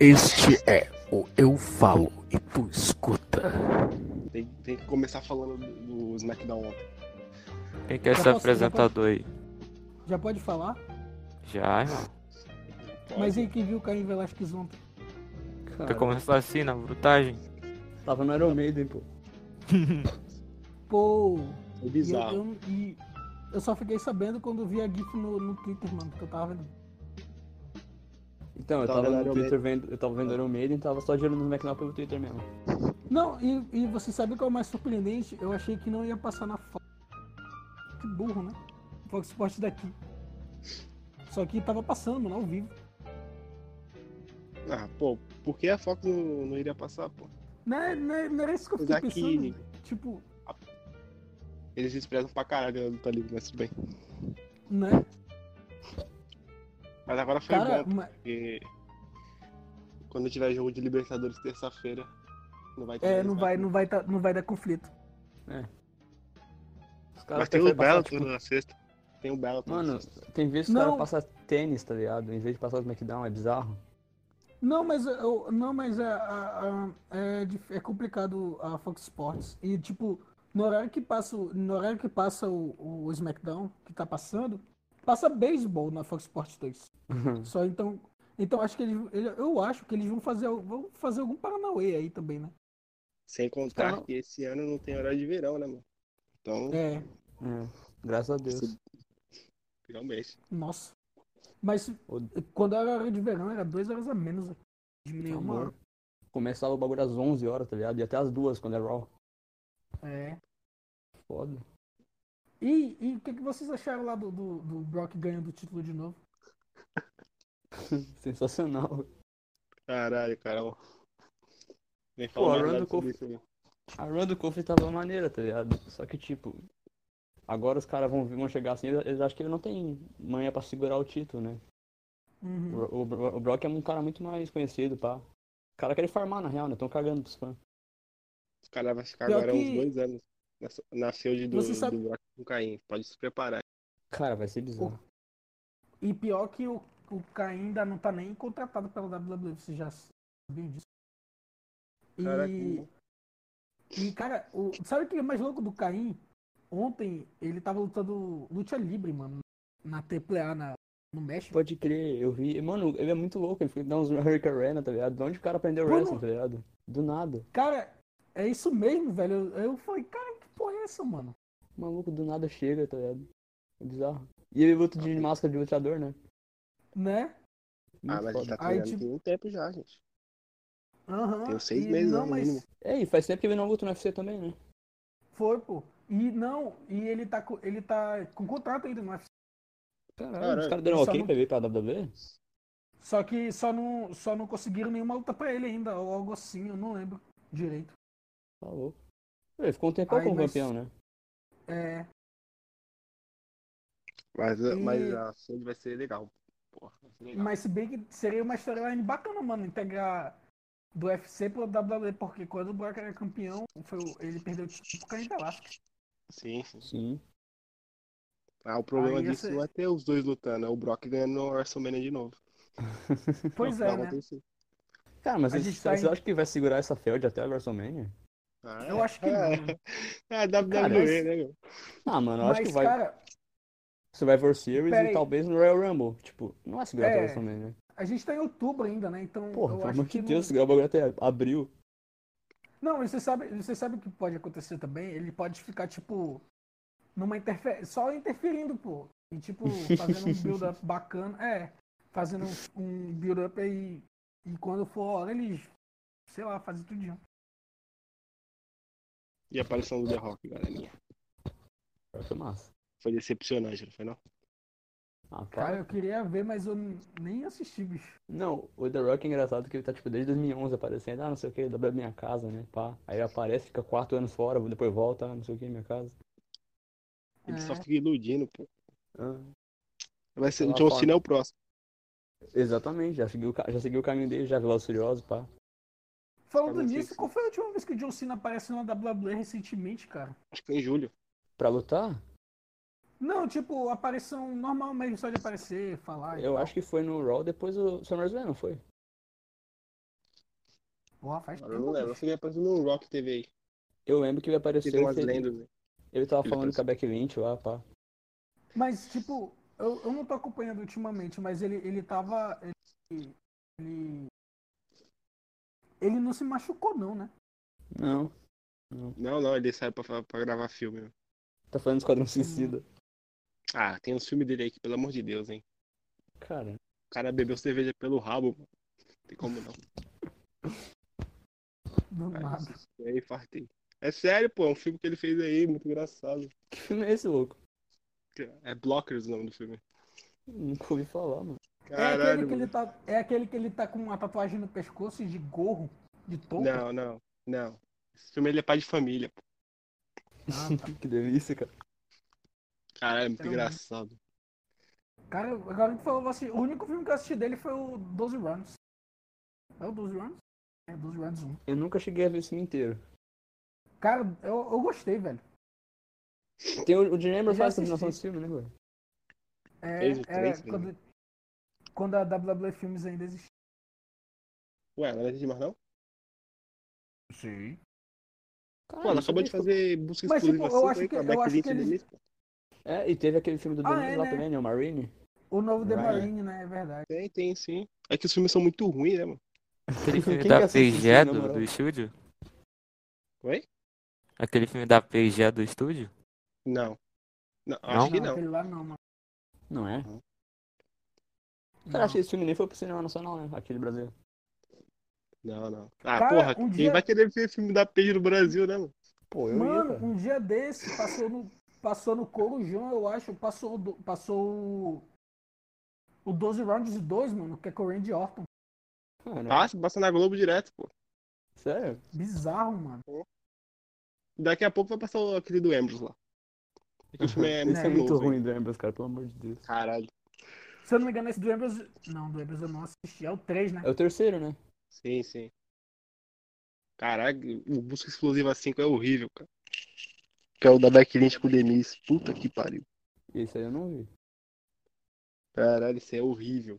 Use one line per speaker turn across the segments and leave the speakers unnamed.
Este é o Eu Falo e Tu Escuta.
Tem, tem que começar falando do, do SmackDown ontem.
Quem quer ser
Já posso- já
apresentador aí?
Já pode falar?
Já, irmão.
Tá.
Mas aí quem viu o Caim Velasquez ontem?
Quer começar assim, na brutagem?
Tava no Iron Maiden, pô.
Pô,
É
e eu,
bizarro.
eu- e eu só fiquei sabendo quando vi a GIF no, no Twitter, mano, que eu tava vendo.
Então, eu
Tava
tava,
no
no
Iron
Twitter vendo, eu tava vendo Iron Maiden, tava só girando no McDonald's pelo Twitter mesmo.
Não, e, e você sabe qual é o mais surpreendente? Eu achei que não ia passar na Fox. Que burro, né? Fox Sports daqui. Só que tava passando, mano, ao vivo.
Ah, pô, por que a Fox não, não iria passar, pô?
Não, é- não, é- não era isso que eu
Mas
fiquei
aqui-
pensando. Tipo,
Eles desprezam pra caralho a luta livre, mas tudo bem.
né?
Mas agora foi
Cara,
bom,
ma-
porque quando tiver jogo de Libertadores terça-feira, não vai ter.
é,
mais
não vai,
nada.
não vai, tá- não vai dar conflito.
Os
Mas
caras
tem o
preferem
Bela
passar, tipo,
tudo na sexta. Tem o Bela tudo
Mano,
na sexta.
tem vezes que os
Não.
caras passam tênis, tá ligado? Em vez de passar os McDonald's, é bizarro.
Não, mas eu, não, mas é, a- a- é, dif- é complicado a Fox Sports. E tipo, no horário que passa, o- no horário que passa o, o SmackDown, que tá passando, passa beisebol na Fox Sports 2. Só então, então acho que eles, ele- eu acho que eles vão fazer, al- vão fazer algum Paranauê aí também, né?
Sem contar
Então-
que esse ano não tem horário de verão, né, mano? Então,
É,
É, graças a Deus.
realmente.
nossa. Mas quando era hora de verão era duas horas a menos. Diminuiu uma hora.
Amor. Começava o bagulho às 11 horas, tá ligado? E até às 2 quando é Raw.
É.
Foda.
E e o que, que vocês acharam lá do, do, do Brock ganhando o título de novo?
Sensacional.
Caralho, Carol. Nem
Pô,
fala mais
Rondo
nada sobre
Kofi-
isso, né?
A run do Kofi tava maneira, tá ligado? Só que, tipo, agora os caras vão, vão chegar assim, eles, eles acham que ele não tem manha pra segurar o título, né?
Uhum.
O, o- o Brock é um cara muito mais conhecido, pá. O cara quer farmar, na real, né? Tão cagando pros fãs.
Os caras vão ficar
Pior
agora uns
que-
dois anos nessa- na field do,
Você sabe-
do buraco com Caim. Pode se preparar.
Cara, vai ser bizarro.
E pior que o, o Caim ainda não tá nem contratado pela WWE, vocês já sabiam disso. E,
Caraca,
e cara, o, sabe o que é mais louco do Caim? Ontem ele tava lutando luta livre, mano, na AAA na, no México.
Pode crer, eu vi. Mano, ele é muito louco, ele fica- dá uns Hurricane Rana, tá ligado? De onde o cara aprendeu
Mano.
wrestling, tá ligado? Do nada.
Cara, é isso mesmo, velho. Eu, eu falei, cara, que porra é essa, mano?
O maluco do nada chega, tá ligado? É bizarro. E ele luta
Ah.
de máscara de lutador, né?
Né?
Ah,
Muito
mas a gente
foda.
tá
Aí,
treinando
tipo-
tem um tempo já, gente.
Aham.
Tem uns seis
e
meses,
não,
né, no
mas
mínimo.
É, e faz tempo que ele não luta no UFC também, né?
foi, pô. E não, e ele tá, co- ele tá com contrato ainda no UFC.
Caralho,
Caralho,
os caras deram
ele só
ok
não-
pra ele ir pra WWE?
Só que só não, só não conseguiram nenhuma luta pra ele ainda, ou algo assim, eu não lembro direito.
Tá louco. Ele ficou um tempão
Ai,
como
mas-
campeão, né?
É,
Mas, a-
E-
mas a field vai ser legal. Porra, vai ser legal.
mas se bem que seria uma storyline bacana, mano, integrar do UFC pro WWE, porque quando o Brock era campeão, foi o- ele perdeu o título pro Caim Velasquez.
Sim, sim.
Sim.
Ah, o problema
Aí ia
disso
ser-
não é ter os dois lutando, é o Brock ganhando no WrestleMania de novo. É
Pois
Vai
é, né?
acontecer.
Cara, mas
A
vocês
gente tá
vocês
em-
acham que vai segurar essa feud até a WrestleMania?
Ah,
Eu acho que não. mano.
É, é a WWE,
mas-
né, meu?
Ah, mano, eu acho
Mas,
que vai
cara,
Survivor Series
Pera
e
aí.
talvez no Royal Rumble. Tipo, não vai segurar até
É.
a WrestleMania. né?
a gente tá em outubro ainda, né? Então
Porra,
eu
pelo
acho
amor
que
de
não-
Deus, segurar o bagulho até abril.
Não, e você sabe, você sabe o que pode acontecer também? Ele pode ficar, tipo, numa interferência. Só interferindo, pô. E, tipo, fazendo um build-up bacana. É, fazendo um build-up aí. E quando for a hora, eles, sei lá, fazem tudinho.
E a aparição do The Rock, galerinha.
Vai ser massa.
Foi decepcionante, não foi não?
Ah, para.
Cara, eu queria ver, mas eu n- nem assisti, bicho.
Não, o The Rock é engraçado que ele tá, tipo, desde 2011 aparecendo. Ah, não sei o que, da minha casa, né? Pá. Aí ele aparece, fica quatro anos fora, depois volta, ah, não sei o que, minha casa.
Ele
É. Tá
só fica iludindo, pô.
Ah.
Vai ser
Sei
o
lá,
John
fala.
Cena é o próximo.
Exatamente, já seguiu, o ca- já seguiu o caminho dele, já viu os Furiosos, pá.
Falando
Falou
nisso,
disso.
qual foi a última vez que o John Cena apareceu na WWE recentemente, cara?
Acho que é em julho.
Pra lutar?
Não, tipo, aparição normal mesmo, só de aparecer, falar. e
Eu
tal.
acho que foi no Raw depois do SummerSlam, não foi?
Porra, faz
Eu não
tempo.
lembro. Eu fiquei aparecendo um Rock TV aí.
Eu lembro que ele apareceu.
Tirei umas
ele-
lendas. né?
Ele tava
Ele
falando
trouxe.
com a Beck Lynch lá, pá.
Mas, tipo, eu, eu não tô acompanhando ultimamente, mas ele, ele tava. Ele, ele. Ele não se machucou, não, né?
Não.
Não, não, ele saiu pra, fa- pra gravar filme. né?
Tá falando do Esquadrão Suicida.
Ah, tem uns filmes dele aí que, pelo amor de Deus, hein?
Cara,
O cara bebeu cerveja pelo rabo, mano. Não tem como não. É
Do nada.
E aí, fartei. É sério, pô, é um filme que ele fez aí, muito engraçado.
que filme é esse, louco?
É Blockers o nome do filme.
Nunca ouvi falar, mano.
Caralho.
é, aquele que ele
mano.
tá, é aquele que ele tá com uma tatuagem no pescoço de gorro, de touca.
Não, não, não. Esse filme ele é pai de família. pô.
Ah, tá.
que delícia, cara.
Caralho, é muito
Então,
engraçado.
Cara, agora que falou, eu vou assistir- o único filme que eu assisti dele foi o 12 Rounds. É o 12 Rounds? É, 12 Rounds 1.
Eu nunca cheguei a ver esse filme inteiro.
Cara, eu, eu gostei, velho.
Tem o, o Jim
Eu
é
Lambert
já
faz combinação desse
assisti.
filme, né, velho?
É,
Fez o
é,
três,
quando, quando a WWE Filmes ainda existia.
Ué, não era demais não?
Sim. Ah,
Pô, ela acabou de fazer busca
Mas, tipo,
exclusiva
eu
5
acho
aí
que-
com a
eu
Black
acho
Lynch
que eles-
deles.
É, e teve aquele filme do
Ah,
Denis
é,
lá
né?
também, né? O Marine.
O novo The
Right.
Marine, né? É verdade.
Tem, tem, sim. É que os filmes são muito ruins, né, mano?
Aquele filme
Quem que
da
assiste esse
PG
filme, na
do,
moral?
do estúdio?
Oi?
Aquele filme da PG do estúdio?
Não. Não,
Não?
acho que não.
aquele lá não, mano.
Não é?
Não.
Cara, achei esse filme nem foi pro cinema nacional, né? Aqui do Brasil.
Não, não. Ah,
Cara,
porra,
um
quem
dia-
vai querer ver filme da Peixe no Brasil, né, mano?
Pô, eu ia,
Mano,
cara.
um dia desse passou no, passou no Corujão, eu acho. Passou, o do- passou o. O 12 Rounds 2, mano, que é com o Randy Orton.
Cara,
Passa, passa na Globo direto, pô.
Sério?
Bizarro, mano.
Daqui a pouco vai passar o- aquele do Ambrose lá. Aquele filme é
Esse é,
muito
muito
novo, hein?
ruim do Lambert, cara, pelo amor de Deus.
Caralho.
Se eu não me engano, esse do Ambrose. Não, do Ambrose eu não assisti. É o 3, né?
É o terceiro, né?
Sim, sim. Caralho, o Busca Exclusiva 5 é horrível, cara. Que é o da Black Lynch com o Demis. Puta que pariu.
Esse aí eu não vi.
Caralho, isso é horrível.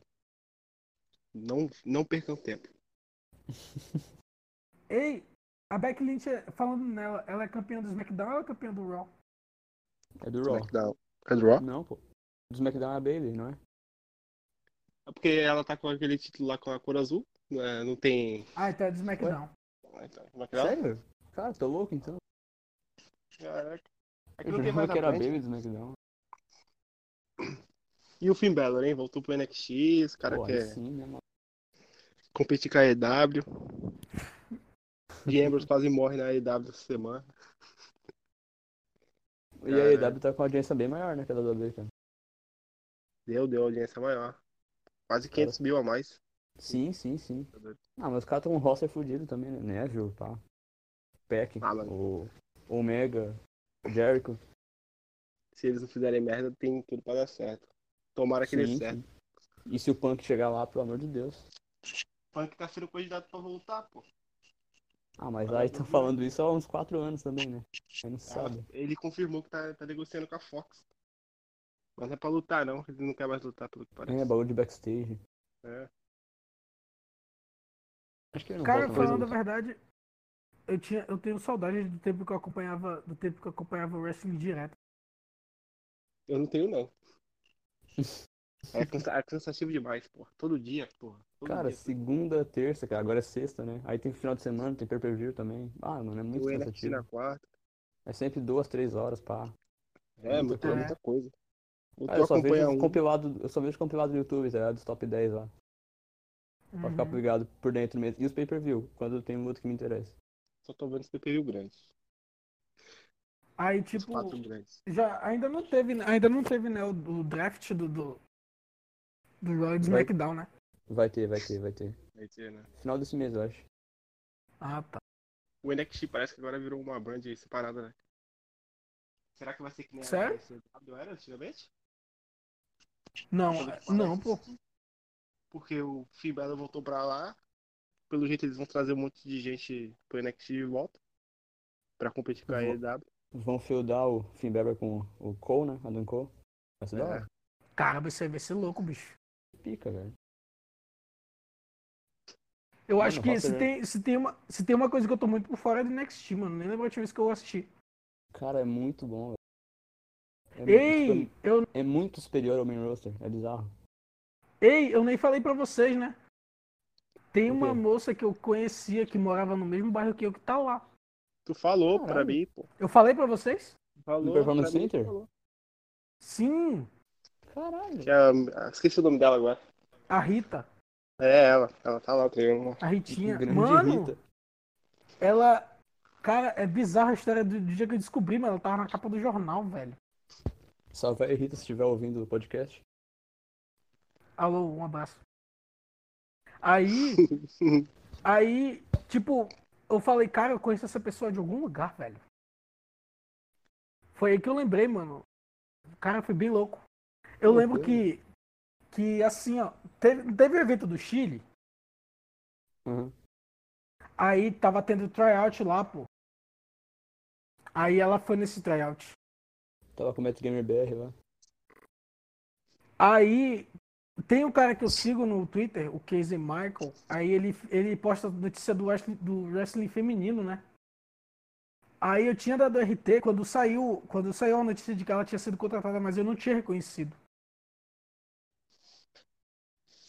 Não, não percam tempo.
Ei, a Beck Lynch, é- falando nela, ela é campeã do SmackDown ou ela é campeã do Raw?
É do Raw.
SmackDown. É do Raw?
Não, pô. Do SmackDown é a Bailey, não é?
É porque ela tá com aquele título lá com a cor azul. né, Não tem.
Ah, então é do SmackDown.
Ah, então, como é que é?
Sério? Cara, tô louco então.
Caraca. Aqui
Eu
não tem mais
jurava que era a
atleta.
Bailey do SmackDown.
E o Finn Balor, hein? Voltou pro NXT, esse cara é
Pô, aí
quer
sim, né, mano?
competir com a EW. De Ambrose quase morre na EW essa semana.
E a EW tá com uma audiência bem maior, né? Que a WWE, cara.
Deu, deu audiência maior. Quase 500 mil a mais.
Sim, sim, sim.
Tá doido.
Ah, mas os caras tão um roster fudido também, né? Neville, pá. Peck,
Ah, mano.
o Omega, Jericho.
Se eles não fizerem merda, tem tudo pra dar certo. Tomara que
Sim,
dê certo.
E se o Punk chegar lá, pelo amor de Deus.
Punk tá sendo candidato pra voltar, pô.
Ah, mas aí tá falando isso há uns 4 anos também, né? Aí não
Ah,
sabe.
Ele confirmou que tá, tá negociando com a Fox. Mas não é pra lutar, não. Ele não quer mais lutar, pelo que parece.
É, bagulho de backstage.
É.
Acho que ele não
Cara, um
volta mais,
falando a
né?
verdade, eu, tinha, eu tenho saudade do tempo que eu acompanhava, do tempo que eu acompanhava o wrestling direto.
Eu não tenho, não. É, cansa- é cansativo demais, porra. Todo dia, porra. Todo
Cara,
dia.
segunda, terça, cara, agora é sexta, né? Aí tem final de semana, tem pay per view também. Ah, mano, é
Tem
muito
o NXT
cansativo.
na quarta.
É sempre duas, três horas, pá.
É, muita,
Muita
coisa.
muita coisa. Eu
Cara, Ah, eu
tô
só vejo
acompanhando um.
compilado, eu só vejo compilado do YouTube, tá ligado? Dos top 10 lá. Pra ficar
Uhum.
ligado por dentro mesmo. E os pay per view, quando tem luta que me interessa.
Só tô vendo os PPV grandes.
Aí,
Os
tipo,
quatro grandes.
já, ainda não teve, ainda não teve, né, o, o draft do, do, do Raw e do
Vai-
SmackDown, né?
Vai ter, vai ter, vai ter.
Vai ter, né?
Final desse mês, eu acho.
Ah, tá.
O NXT parece que agora virou uma brand separada, né? Será que vai ser que nem
Sério?
a WCW era antigamente?
Não,
Pelo que
não,
parece.
pô.
Porque o Finn Balor voltou pra lá. Pelo jeito eles vão trazer um monte de gente pro NXT e volta. Pra competir com a
Vou-
EW.
Vão feudar o Finn Balor com o Cole, né? Adam Cole.
É.
Vai ser da hora.
Cara, você vai ser louco, bicho.
Pica, velho.
Eu
Mano,
acho que se
Walter-
tem, se, tem uma, se tem uma coisa que eu tô muito por fora é de NXT, mano. Nem lembro a última vez que eu assisti.
Cara, é muito bom, velho. É, mu-
Ei,
tipo,
eu,
é muito superior ao main roster, é bizarro.
ei, eu nem falei pra vocês, né? Tem
O
uma
quê?
moça que eu conhecia que morava no mesmo bairro que eu que tá lá.
Tu falou pra
Caralho.
mim, pô.
Eu falei pra vocês?
Falou.
No Performance
pra mim,
Center?
falou.
Sim,
Caralho.
Que a- a- esqueci o nome dela agora.
a Rita,
É ela. Ela tá lá treinando.
a Ritinha.
Grande
Mano,
Rita.
ela. Cara, é bizarra a história do, do dia que eu descobri, mano. Ela tava na capa do jornal, velho.
Salve aí, Rita, se estiver ouvindo o podcast.
Alô, um abraço. Aí. aí, tipo, eu falei, cara, eu conheço essa pessoa de algum lugar, velho. Foi aí que eu lembrei, mano. O cara foi bem louco. Eu
Meu
lembro
Deus.
que. Que assim, ó. Teve, teve o evento do Chile.
Uhum.
Aí tava tendo tryout lá, pô. Aí ela foi nesse tryout.
Tava com o Matt Gamer BR lá.
Aí tem um cara que eu sigo no Twitter, o Casey Michael. Aí ele, ele posta notícia do wrestling, do wrestling feminino, né? Aí eu tinha dado RT quando saiu, quando saiu a notícia de que ela tinha sido contratada, mas eu não tinha reconhecido.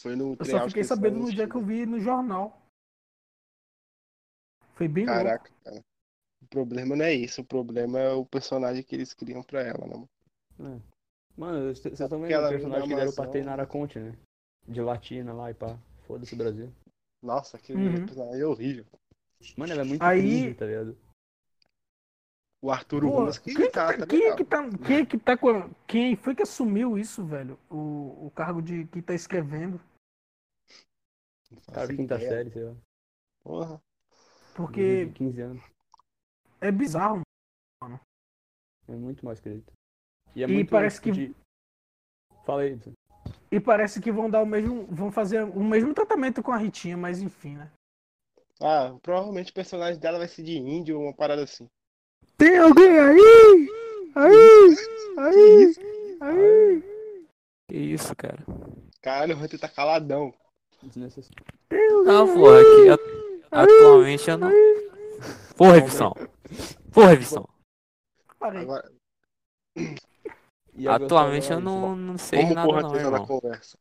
Foi no
Eu só
tryout
fiquei
eles
sabendo
fizeram
no
isso. é
dia que eu vi no jornal. Foi bem louco.
Caraca, cara. O problema não é isso. O problema é o personagem que eles criam pra ela, né, mano?
Mano, vocês estão tá vendo
Aquela
o personagem que deram pra
programação.
ter na Araconte, né? De latina lá e pá. Foda-se o Brasil.
Nossa, aquele
Uhum.
personagem é horrível.
Mano, ela é muito
Aí-
cringe, tá ligado?
O Arthur
Pô,
Rumas, que
quem, que
tá,
tá,
tá
quem é
legal.
que tá, quem é que tá com a- quem foi que assumiu isso, velho? O, o cargo de quem tá escrevendo?
Não faço
Cara, da
tá
quinta
ideia.
série, sei lá.
Porra.
Porque
Uhum.
15 anos.
é bizarro.
É muito mal escrito. é
E
muito
parece que-
de- Fala aí, Edson.
E parece que vão dar o mesmo. vão fazer o mesmo tratamento com a Ritinha, mas enfim, né?
Ah, provavelmente o personagem dela vai ser de índio ou uma parada assim.
Tem alguém aí? Aí! Aí! Aí!
Que isso, cara?
Caralho, o Hunter tá caladão.
desnecessário.
Não, porra, aqui a- atualmente eu não. Porra, revisão. Porra, revisão.
Parei.
Agora,
E a
Atualmente
versão
eu
da Larissa?
não, não sei
vamos
nada
pôr
não,
atenção na
irmão.
conversa.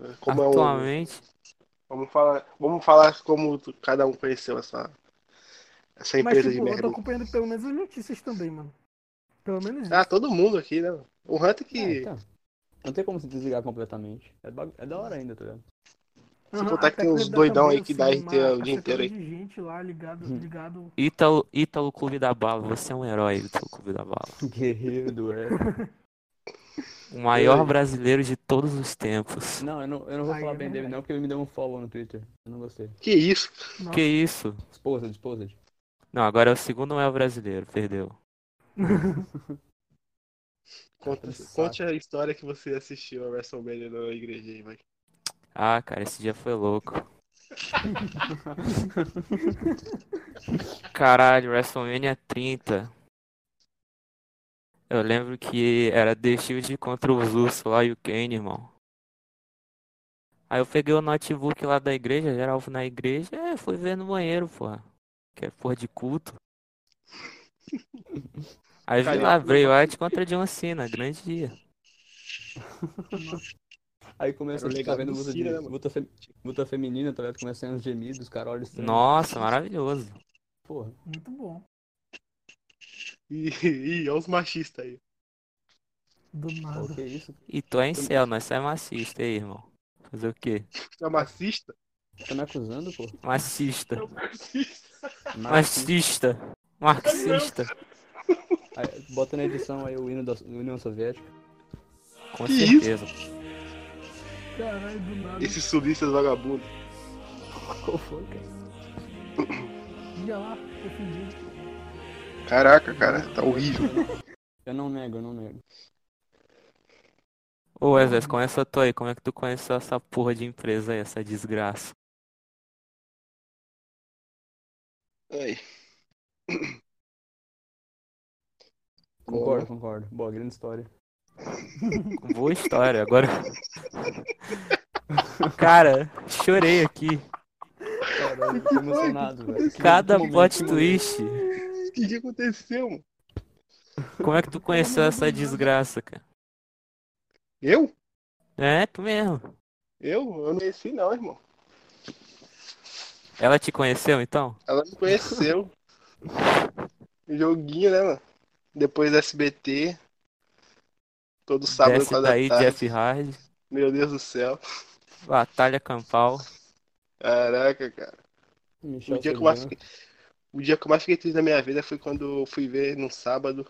É, Como é um-
Atualmente,
vamos, falar, vamos falar como tu- cada um conheceu essa, essa
Mas
empresa de
tipo, eu tô
merda.
acompanhando pelo menos as notícias também, mano. Pelo menos isso.
Ah, todo mundo aqui, né? O Hunter que,
É, então. Não tem como se desligar completamente. É, bagu- é da hora ainda, tá ligado?
se
Aham,
contar que
até
tem uns
dá
doidão
também,
aí que dá
assim,
RT
uma
o dia inteiro aí. Uhum.
cacetada de gente lá ligado,
Hum.
ligado.
Ítalo, Ítalo Clube da Bala, você é um herói, Ítalo Clube da Bala.
Guerreiro do Oeste.
O maior
Herói.
brasileiro de todos os tempos.
Não, eu não, eu não vou
Aí
falar
é
bem dele,
verdade.
não, porque ele me deu um follow no Twitter. Eu não gostei.
que isso?
Nossa.
Que isso?
Exposed, exposed.
Não, agora é o segundo maior brasileiro, perdeu.
Conta-
Cara, que
conte a história que você assistiu a WrestleMania na igreja aí, vai.
Ah, cara, esse dia foi louco. Caralho, WrestleMania 30. Eu lembro que era The Shield contra os Usos lá e o Kane, irmão. Aí eu peguei o notebook lá da igreja, geral na igreja, é, fui ver no banheiro, porra. Que é porra de culto. Aí vi
Cara,
lá,
eu-
Bray Wyatt contra John Cena, grande dia.
Aí começa
Era o
a ficar
legado
vendo
do
luta, de,
Cira, né, mano?
luta, fe- luta feminina, tá ligado? Começando os gemidos, cara, olha isso.
Nossa, maravilhoso.
Porra.
Muito bom.
Ih, olha os machistas aí.
Do
Pô,
nada.
que isso?
E tu é em céu, nós sai macista aí, irmão. Fazer o quê?
É macista?
Tá me acusando, pô? assim,
Macista.
É macista.
Marxista.
Marxista. Marxista.
Aí, bota na edição aí o hino da União Soviética.
Com
Que isso?
certeza.
Caralho, do nada.
Esses sulistas vagabundos.
Qual foi, cara?
Ia lá, ofendido.
Caraca, cara, tá horrível.
Eu não nego, eu não nego.
Ô Wesley, começa tu aí. Como é que tu conheceu essa porra de empresa aí, essa desgraça?
Aí.
Concordo, concordo. Boa, grande história.
Boa história. Agora. Cara, chorei aqui.
é
cara, tô emocionado, velho.
Cada
momento,
plot
mano.
twist.
O que, que aconteceu, mano?
Como é que tu conheceu essa desgraça, cara?
Eu?
É, tu mesmo.
Eu? Eu não conheci não, irmão.
Ela te conheceu, então?
Ela me conheceu. Joguinho, né, mano? Depois do SBT. Todo sábado,
Desce
quase da
daí,
tarde.
Jeff Hardy.
Meu Deus do céu.
Batalha Campal.
Caraca, cara.
Michel
O dia, que eu
Serrano.
mais... fiquei- o dia que eu mais fiquei triste na minha vida foi quando eu fui ver num sábado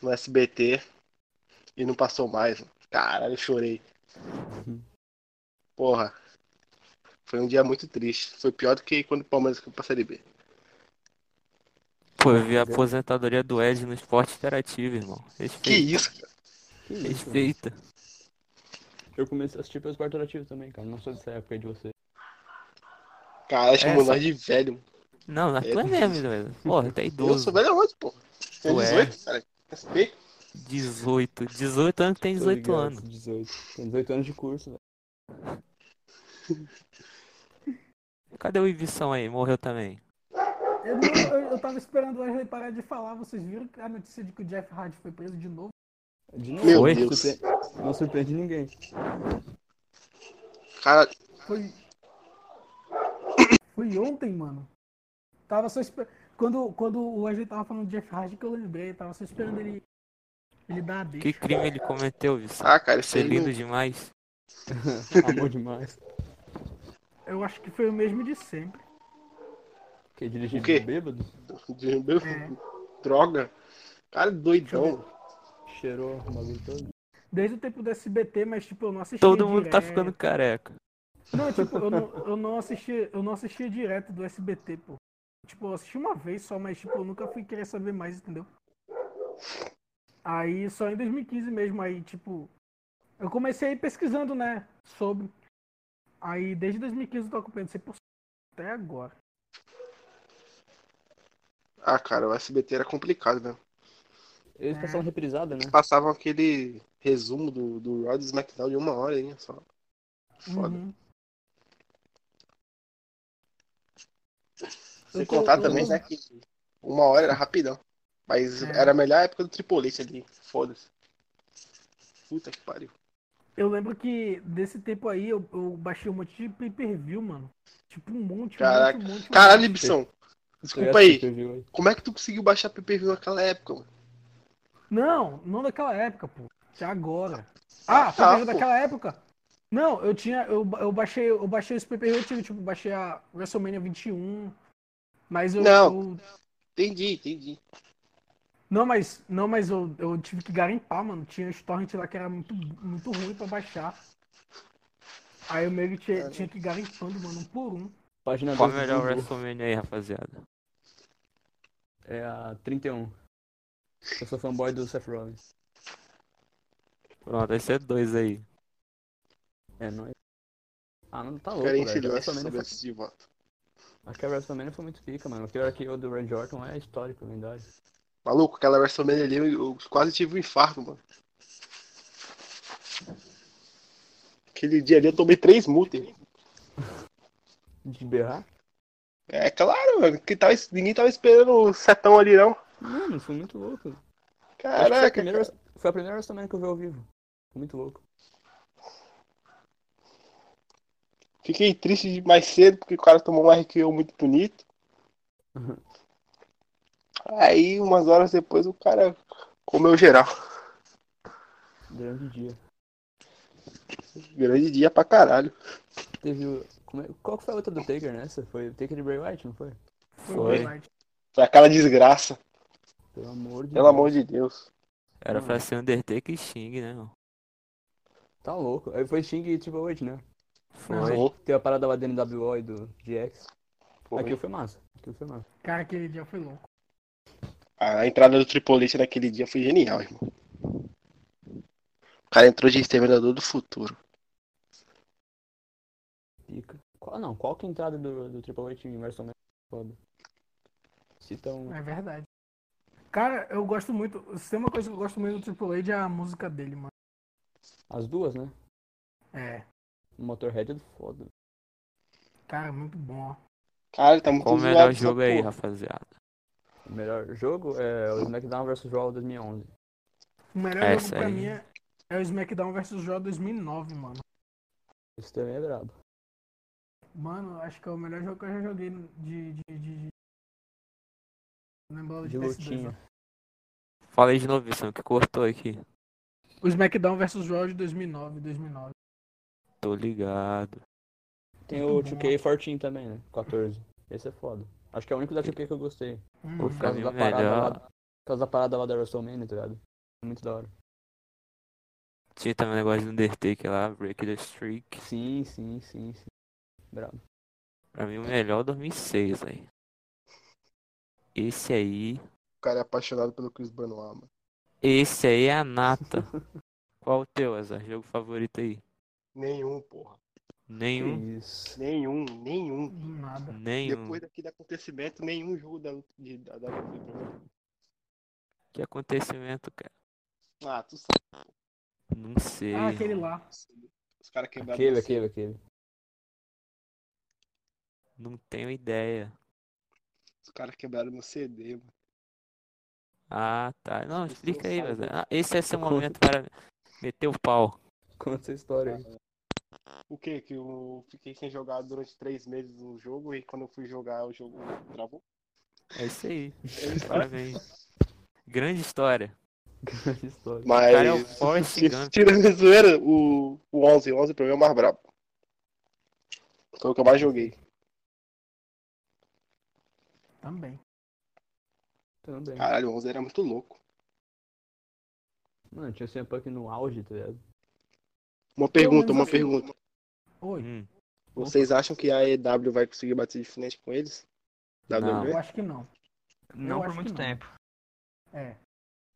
no SBT e não passou mais. mano. Caralho, eu chorei. Porra. Foi um dia muito triste. Foi pior do que quando o Palmeiras foi pra Série B.
Pô, eu vi a aposentadoria do Ed no esporte interativo, irmão.
Que
Respeita.
isso, cara?
Que isso, mano.
Respeita.
Eu comecei a assistir pelo esporte ativo também, cara. Não sou dessa época aí de você.
Cara, chamou
Essa-
nós de velho. mano.
Não, na
É.
tua é mesmo, velho. Porra, até
Eu
idoso.
sou velho aonde, porra? Tem
Tu é.
18, cara. Respeito.
18. 18 anos tem
Tô
18
ligado,
anos.
18. Tem 18 anos de curso, velho.
Cadê o Ibição aí? Morreu também.
Eu, não- eu, eu tava esperando o Wesley parar de falar. Vocês viram a notícia de que o Jeff Hardy foi preso de novo?
De novo,
Meu
Foi?
não,
Deus.
surpre- não surpreende ninguém.
Cara,
Foi. Foi ontem, mano. Tava só esperando. Quando, quando o Wesley tava falando de Jeff Hardy, que eu lembrei. Tava só esperando ele. Ele dar a deixa.
Que crime ele cometeu, Ibição?
ah, cara, isso
Ser
aí não-
lindo demais.
Amor demais.
Eu acho que foi o mesmo de sempre.
Que dirigir
O quê?
bêbado?
de- meu-
É.
Droga. Cara, doidão.
Cheirou o bagulho todo.
Desde o tempo do SBT, mas tipo, eu não assistia
Todo mundo
é.
tá
direto.
ficando careca.
Não, tipo, eu não, eu não assistia, eu não assistia direto do SBT, pô. Tipo, eu assisti uma vez só, mas tipo, eu nunca fui querer saber mais, entendeu? Aí só em 2015 mesmo, aí tipo, eu comecei pesquisando, né, sobre. Aí desde 2015 eu tô acompanhando 100% até agora.
Ah, cara, o SBT era complicado, né?
Eles
É.
passaram reprisada, né?
passavam aquele resumo do, do Raw e do SmackDown de uma hora aí, só. Foda.
Uhum.
Sem
Eu tô-
contar
eu
também,
tô-
né, que uma hora era rapidão. Mas
É.
era a melhor época do Tripolite ali, foda-se. Puta que pariu.
Eu lembro que desse tempo aí eu, eu baixei um monte de pay-per-view, mano. Tipo, um monte, um
Caraca.
monte, um monte, um
Caralho, Ibson, desculpa aí.
Viu, aí.
Como é que tu conseguiu baixar PPV naquela época, mano?
Não, não daquela época, pô. De agora. Ah, foi mesmo
pô.
daquela época? Não, eu tinha. Eu, ba- eu baixei, eu baixei os PPV, eu tive, tipo, baixei a WrestleMania 21. Mas eu.
Não.
eu-
Entendi, entendi.
não, mas, não, mas eu, eu tive que garimpar, mano. Tinha os torrent lá que era muito, muito ruim pra baixar. Aí eu meio que tinha, tinha que ir garimpando, mano, um por um.
Página
Qual a
é
12 do
melhor
Google.
WrestleMania aí, rapaziada?
É a 31. Eu sou fanboy do Seth Rollins.
Pronto, esse é dois aí.
É nóis. Ah, não tá louco,
Ficaria em
velho.
silêncio
WrestleMania
sobre
foi-
esse voto.
Acho que a WrestleMania foi muito pica, mano. O pior que o do Randy Orton é histórico, lendário.
Maluco, aquela WrestleMania ali, eu eu quase tive um infarto, mano. Aquele dia ali eu tomei três multas. irmão.
De berrar?
É claro, mano, que tava, ninguém tava esperando o setão ali, não.
Mano, foi muito louco. Acho que foi a
Caraca,
primeira, foi a primeira WrestleMania que eu vi ao vivo. Foi muito louco.
Fiquei triste de mais cedo porque o cara tomou um RKO muito bonito.
Uhum.
Aí, umas horas depois, o cara comeu geral.
Durante o dia.
Grande dia pra caralho.
Teve o. como é- Qual que foi a outra do Taker nessa? Foi o Taker de Bray White, não foi?
o
Foi.
um highlight.
Foi aquela desgraça.
Pelo amor de
Pelo
Deus.
amor de Deus.
Era
Hum.
pra ser Undertaker e Xing, né, mano?
Tá louco. Aí foi Sting e Triple H, né?
Foi.
Pô,
Tem a parada lá do NWO e do GX.
pô.
Aquilo foi massa. Aquilo foi massa.
Cara, aquele dia foi louco.
A entrada do Tripolite naquele dia foi genial, irmão. O cara entrou de Exterminador do Futuro.
Pica. Qual, não, qual que é a entrada do, do Triple H em WrestleMania? Foda. Cita um.
É verdade. Cara, eu gosto muito. Se tem uma coisa que eu gosto muito do Triple H é a música dele, mano.
As duas, né?
É.
O Motorhead é do foda.
Cara, muito bom.
Cara, tá muito
Qual o
zoado
melhor
essa
jogo aí,
porra.
rapaziada?
O melhor jogo é o SmackDown vs. Raw 2011.
O melhor
Essa
jogo pra
aí.
mim é, é o SmackDown vs. Raw 2009, mano.
Isso também é brabo.
Mano, acho que é o melhor jogo que eu já joguei de. de, de, de... Lembrava de,
De
PS2,
lutinha.
né?
Fala aí de novo, Vicente, que cortou aqui.
O SmackDown vs. Raw de 2009, 2009.
Tô ligado.
Tem o
é Muito bom.
2K14 também, né? 14. Esse é foda. Acho que é o único da 2K que eu gostei.
Hum,
Pô,
Por
pra
causa
mim,
da
o
parada lá.
melhor.
Por causa da parada lá da WrestleMania, tá ligado? Muito da hora.
Tinha também o negócio do Undertaker lá, Break the Streak.
Sim, sim, sim, sim. Brabo.
Pra mim, o melhor é 2006, aí. Esse aí.
O cara é apaixonado pelo Chris Benoit, mano.
Esse aí é a nata. Qual o teu, Azar? Jogo favorito aí?
Nenhum, porra.
Nenhum.
Isso.
Nenhum, nenhum.
do nada.
Nenhum.
Depois daquele acontecimento, nenhum jogo da, de, da, da WWE pra mim.
Que acontecimento, cara?
Ah, tu sabe.
Não sei.
Ah, aquele lá.
Os caras quebraram.
Aquele,
você.
aquele, aquele.
Não tenho ideia.
Os caras quebraram meu CD, mano.
Ah, tá. Não,
Isso
explica
não
aí,
sabe.
Azar. Ah, esse é seu momento para meter o pau.
Conta essa história aí.
O que? Que eu fiquei sem jogar durante três meses o jogo e quando eu fui jogar o jogo travou.
É isso aí.
É isso.
Parabéns. Grande história.
Grande história.
Mas.
cara é o Forrest Gump.
Tirando a zoeira, o, o 11, o 11 pra mim é o mais brabo. Foi o que eu mais joguei.
Também.
Também.
Caralho, o 11 era muito louco.
Mano, tinha o CM Punk no auge, tá ligado?
Uma pergunta,
menos
uma
assim.
pergunta.
Oi.
Hum,
Vocês acham que a EW vai conseguir bater de frente com eles?
Não.
WWE?
Eu acho que não.
Não
Eu
por
acho
muito
que não.
tempo.
É.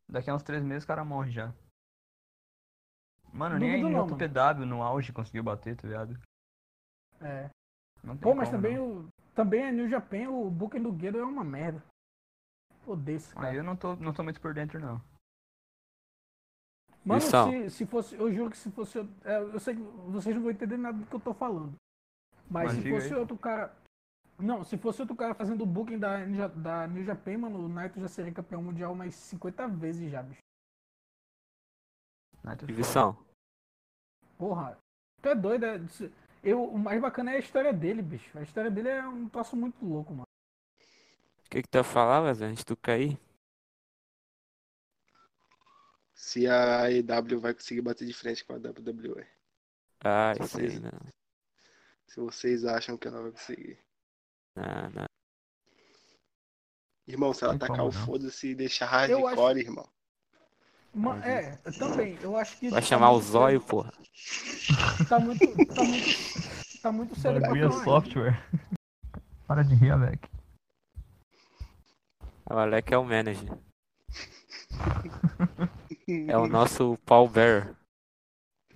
Daqui a uns três meses o cara morre já. Mano, nem
Duvido
a
não,
NJPW no auge conseguiu bater, tá ligado?
É.
Não tem
Pô, mas
como,
também
não.
o. Também a New Japan, o Booking do Guedo é uma merda. Odeio esse
Aí
cara.
eu não tô, não tô muito por dentro, não.
Mano,
Missão.
se, se fosse. Eu juro que se fosse. Eu, é, eu sei que vocês não vão entender nada do que eu tô falando. Mas,
Mas
se
diga
fosse
aí.
outro cara. Não, se fosse outro cara fazendo o booking da, Ninja- da New Japan, mano, o Naito já seria campeão mundial umas 50 vezes já, bicho.
Não é teu
e
foda.
Vição,
Porra. Tu é doido, é- se- eu, o mais bacana é a história dele, bicho. A história dele é um troço muito louco, mano.
o que que tu ia falar, Azar, antes de tu cair?
Se a EW vai conseguir bater de frente com a WWE.
Ah, isso aí, não.
Se vocês acham que ela vai conseguir.
Não, Ah, não.
Irmão, se ela
Tem
tacar
como
o
não.
foda-se e deixar
Eu
hardcore, irmão.
Ma- é, eu também. Eu acho que.
Vai
tá
chamar o
muito
Zóio, porra.
cedo- Tá muito. Tá muito, tá muito cedo pra
Bagulho é
falar.
software. Para de rir, Alec.
O Alec é o manager. É o nosso Paul Bear.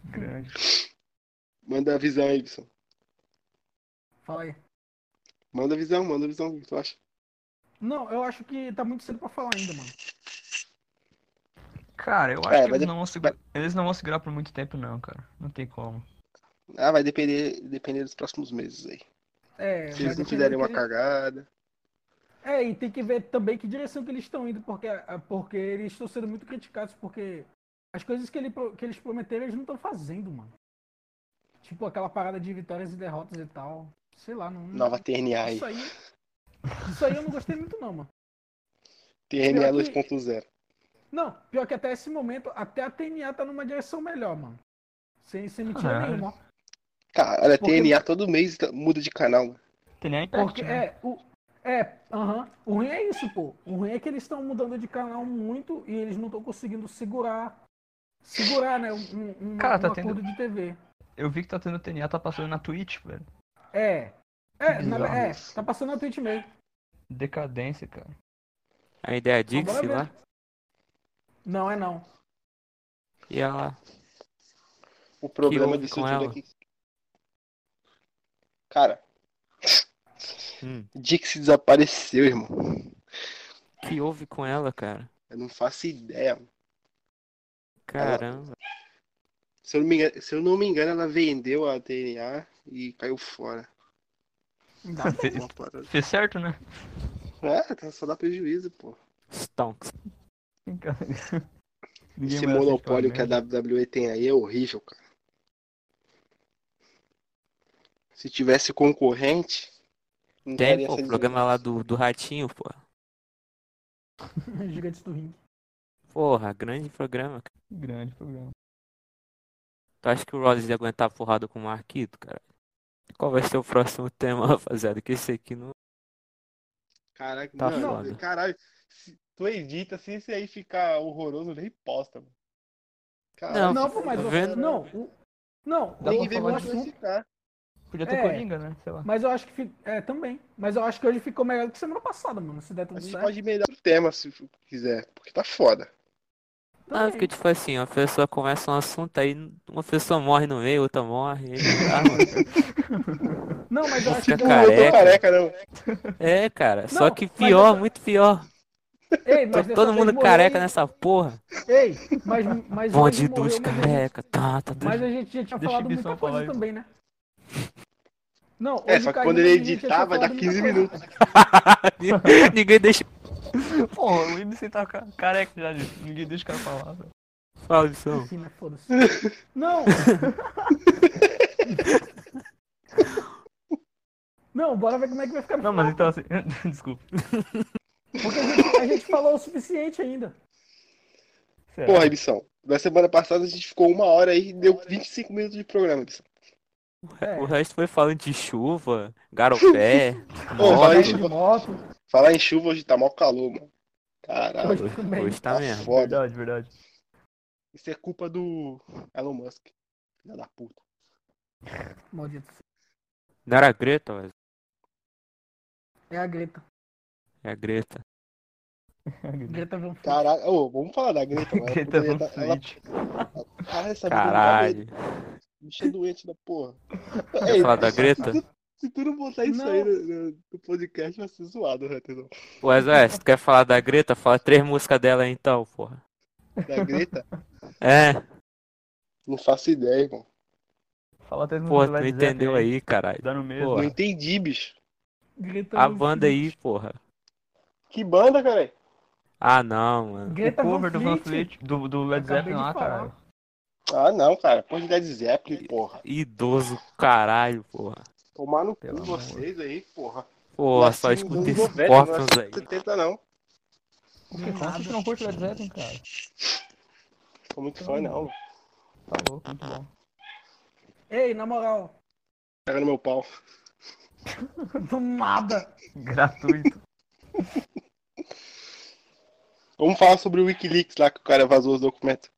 Grande.
Manda a visão aí, Ibson.
Fala aí.
Manda a visão, manda a visão. O que tu acha?
Não, eu acho que tá muito cedo pra falar ainda, mano.
Cara, eu acho
É,
que
mas
eles
de-
não, vão segurar, eles não vão segurar por muito tempo, não, cara. Não tem como.
Ah, vai depender, depender dos próximos meses aí.
É,
Se eles
vai
não
depender
fizerem
do
uma
que
cagada.
ele- É, e tem que ver também que direção que eles estão indo, porque, ah, porque eles estão sendo muito criticados, porque as coisas que, ele pro- que eles prometeram, eles não estão fazendo, mano. Tipo, aquela parada de vitórias e derrotas e tal. Sei lá, não.
Nova TNA aí.
Isso aí. Isso aí eu não gostei muito, não, mano.
TNA
Pior que-
2.0.
Não, pior que até esse momento, até a TNA tá numa direção melhor, mano. Sem, sem mentira
Caralho.
nenhuma.
Cara, a
Porque-
TNA todo mês tá- muda de canal. mano.
Tem nem a
Porque
Impact, né?
é, o, é, aham. O ruim é isso, pô. O ruim é que eles estão mudando de canal muito e eles não estão conseguindo segurar. Segurar, né? Um, um,
Cara, tá
um
tendo-
acordo de TV.
Eu vi que tá tendo TNA, tá passando na Twitch, velho.
É. É,
bizarro
na- é,
isso.
tá passando na Twitch mesmo.
Decadência, cara.
A ideia é
Agora
Dixie
mesmo.
lá.
Não, é não.
E ela.
O problema
houve
disso
com
tudo
ela?
é que. Cara,
Hum,
Dixie desapareceu, irmão.
que houve com ela, cara?
Eu não faço ideia. mano.
Caramba.
Se eu não me engano, se eu não me engano ela vendeu a TNA e caiu fora.
Dá
Fez,
Uma parada.
fez certo, né?
É, só dá prejuízo, pô.
Stonks.
Ninguém
Esse
merece
monopólio que a
aquela merda.
WWE tem aí é horrível, cara. Se tivesse concorrente, não
Tem,
estaria
pô,
essa
o programa lá do, do Ratinho, pô.
Gigantes do ringue.
Porra, grande programa. cara.
Grande programa.
Tu acha que o Rollins ia aguentar a porrada com o Marquito, cara? Qual vai ser o próximo tema, rapaziada? Que esse aqui não.
Caraca,
Tá
mano,
foda.
caralho. Se, tu edita, se esse aí ficar horroroso, nem posta, mano.
Não,
Não, pô, mas
tá
eu-
vendo?
não, o- não,
Dá
o-
pra
ninguém
o
vê
falar
mais
assunto-
vai ficar.
Podia ter
É.
Coringa, né? Sei lá.
Mas eu acho que fi- é também, mas eu acho que hoje ficou melhor do que semana passada, mano, se der
A
tudo
gente
certo.
pode melhorar o tema se quiser, porque tá foda.
Tá
Ah, porque tipo assim, uma pessoa começa um assunto, aí uma pessoa morre no meio, outra morre. aí não dá, mano.
Não, mas eu acho
Fica
que
Não, eu tô
careca.
careca, não.
é, cara. Só
Não,
que
mas
pior,
essa-
muito pior.
Ei,
Tô
mas dessa
todo
vez
mundo
morreu
careca
e-
nessa porra.
Ei, mas mas
Bonde
hoje morreu,
dos
mas a gente-
careca. Tá, tá, tá.
Mas a gente já tinha
Deixa
falado
o Ibson
muita
falar
coisa
isso.
também, né? Não,
É,
hoje
só
o
que
Carlinhos,
quando
a
ele
gente já tinha
editar, vai dar
falado muita
15
coisa.
minutos.
é
Ninguém deixa.
Pô, o Ibsen tá ca- careca já, gente. Ninguém deixa o cara falar. velho.
Fala, Edson.
Sim, mas foda-se. Não! Não, bora ver como é que vai ficar no
Não, mas
final,
então assim. Desculpa.
Porque a gente, a gente falou o suficiente ainda.
Sério.
Porra, Ibson. Na semana passada a gente ficou uma hora aí e deu 25 minutos de programa, Ibson.
É.
O resto foi falando de chuva, garopé,
Ô,
moto.
fala em
De
chuva.
moto,
Falar em chuva hoje tá mó calor, mano. Caralho,
hoje também.
Hoje tá
tá
mesmo.
foda.
Verdade, verdade.
Isso é culpa do Elon Musk. Filha da puta.
Maldito.
Não era a Greta, mas
É a Greta.
é a Greta.
Greta Van Fleet.
Caralho, ô, vamos falar da Greta, mano.
Greta tá Van
Ela- ela-
Fleet.
Caralho, essa menina
Caralho.
é bicha doente da porra.
Quer falar da Greta?
Se tu não botar isso
Não.
aí no, no- no podcast, vai ser zoado, né, Hunter.
Ué, Zé, se tu quer falar da Greta, fala três músicas dela aí então, porra.
Da Greta?
É,
Não faço ideia, irmão.
Fala até
Hum,
no
porra, tu
Led
não
Zeppelin
entendeu aí, caralho.
Dá no meio.
Porra.
Não entendi, bicho.
Greta
A
Van
banda
Fleet.
aí, porra.
Que banda, caralho?
Ah, não, mano.
Greta
o cover do tá Van
Van Fleet.
Fleet, do, do Led
Acabei
Zeppelin
de
lá,
falar.
caralho.
Ah, não, cara. Pô, de Led Zeppelin, porra.
Idoso, caralho, porra.
Tomar no cu
Pelo amor.
vocês aí, porra.
Porra, só
Nasci nos
escuta
anos
esses
90, não
Scorpions
nasci
aí.
nos 70 não.
Porque como que tu não curte Led Zeppelin, cara?
Sou muito fã, não.
Tá louco, muito bom.
Ei, na moral,
Pega no meu pau.
do nada.
Gratuito.
Vamos falar sobre o Wikileaks lá que o cara vazou os documentos.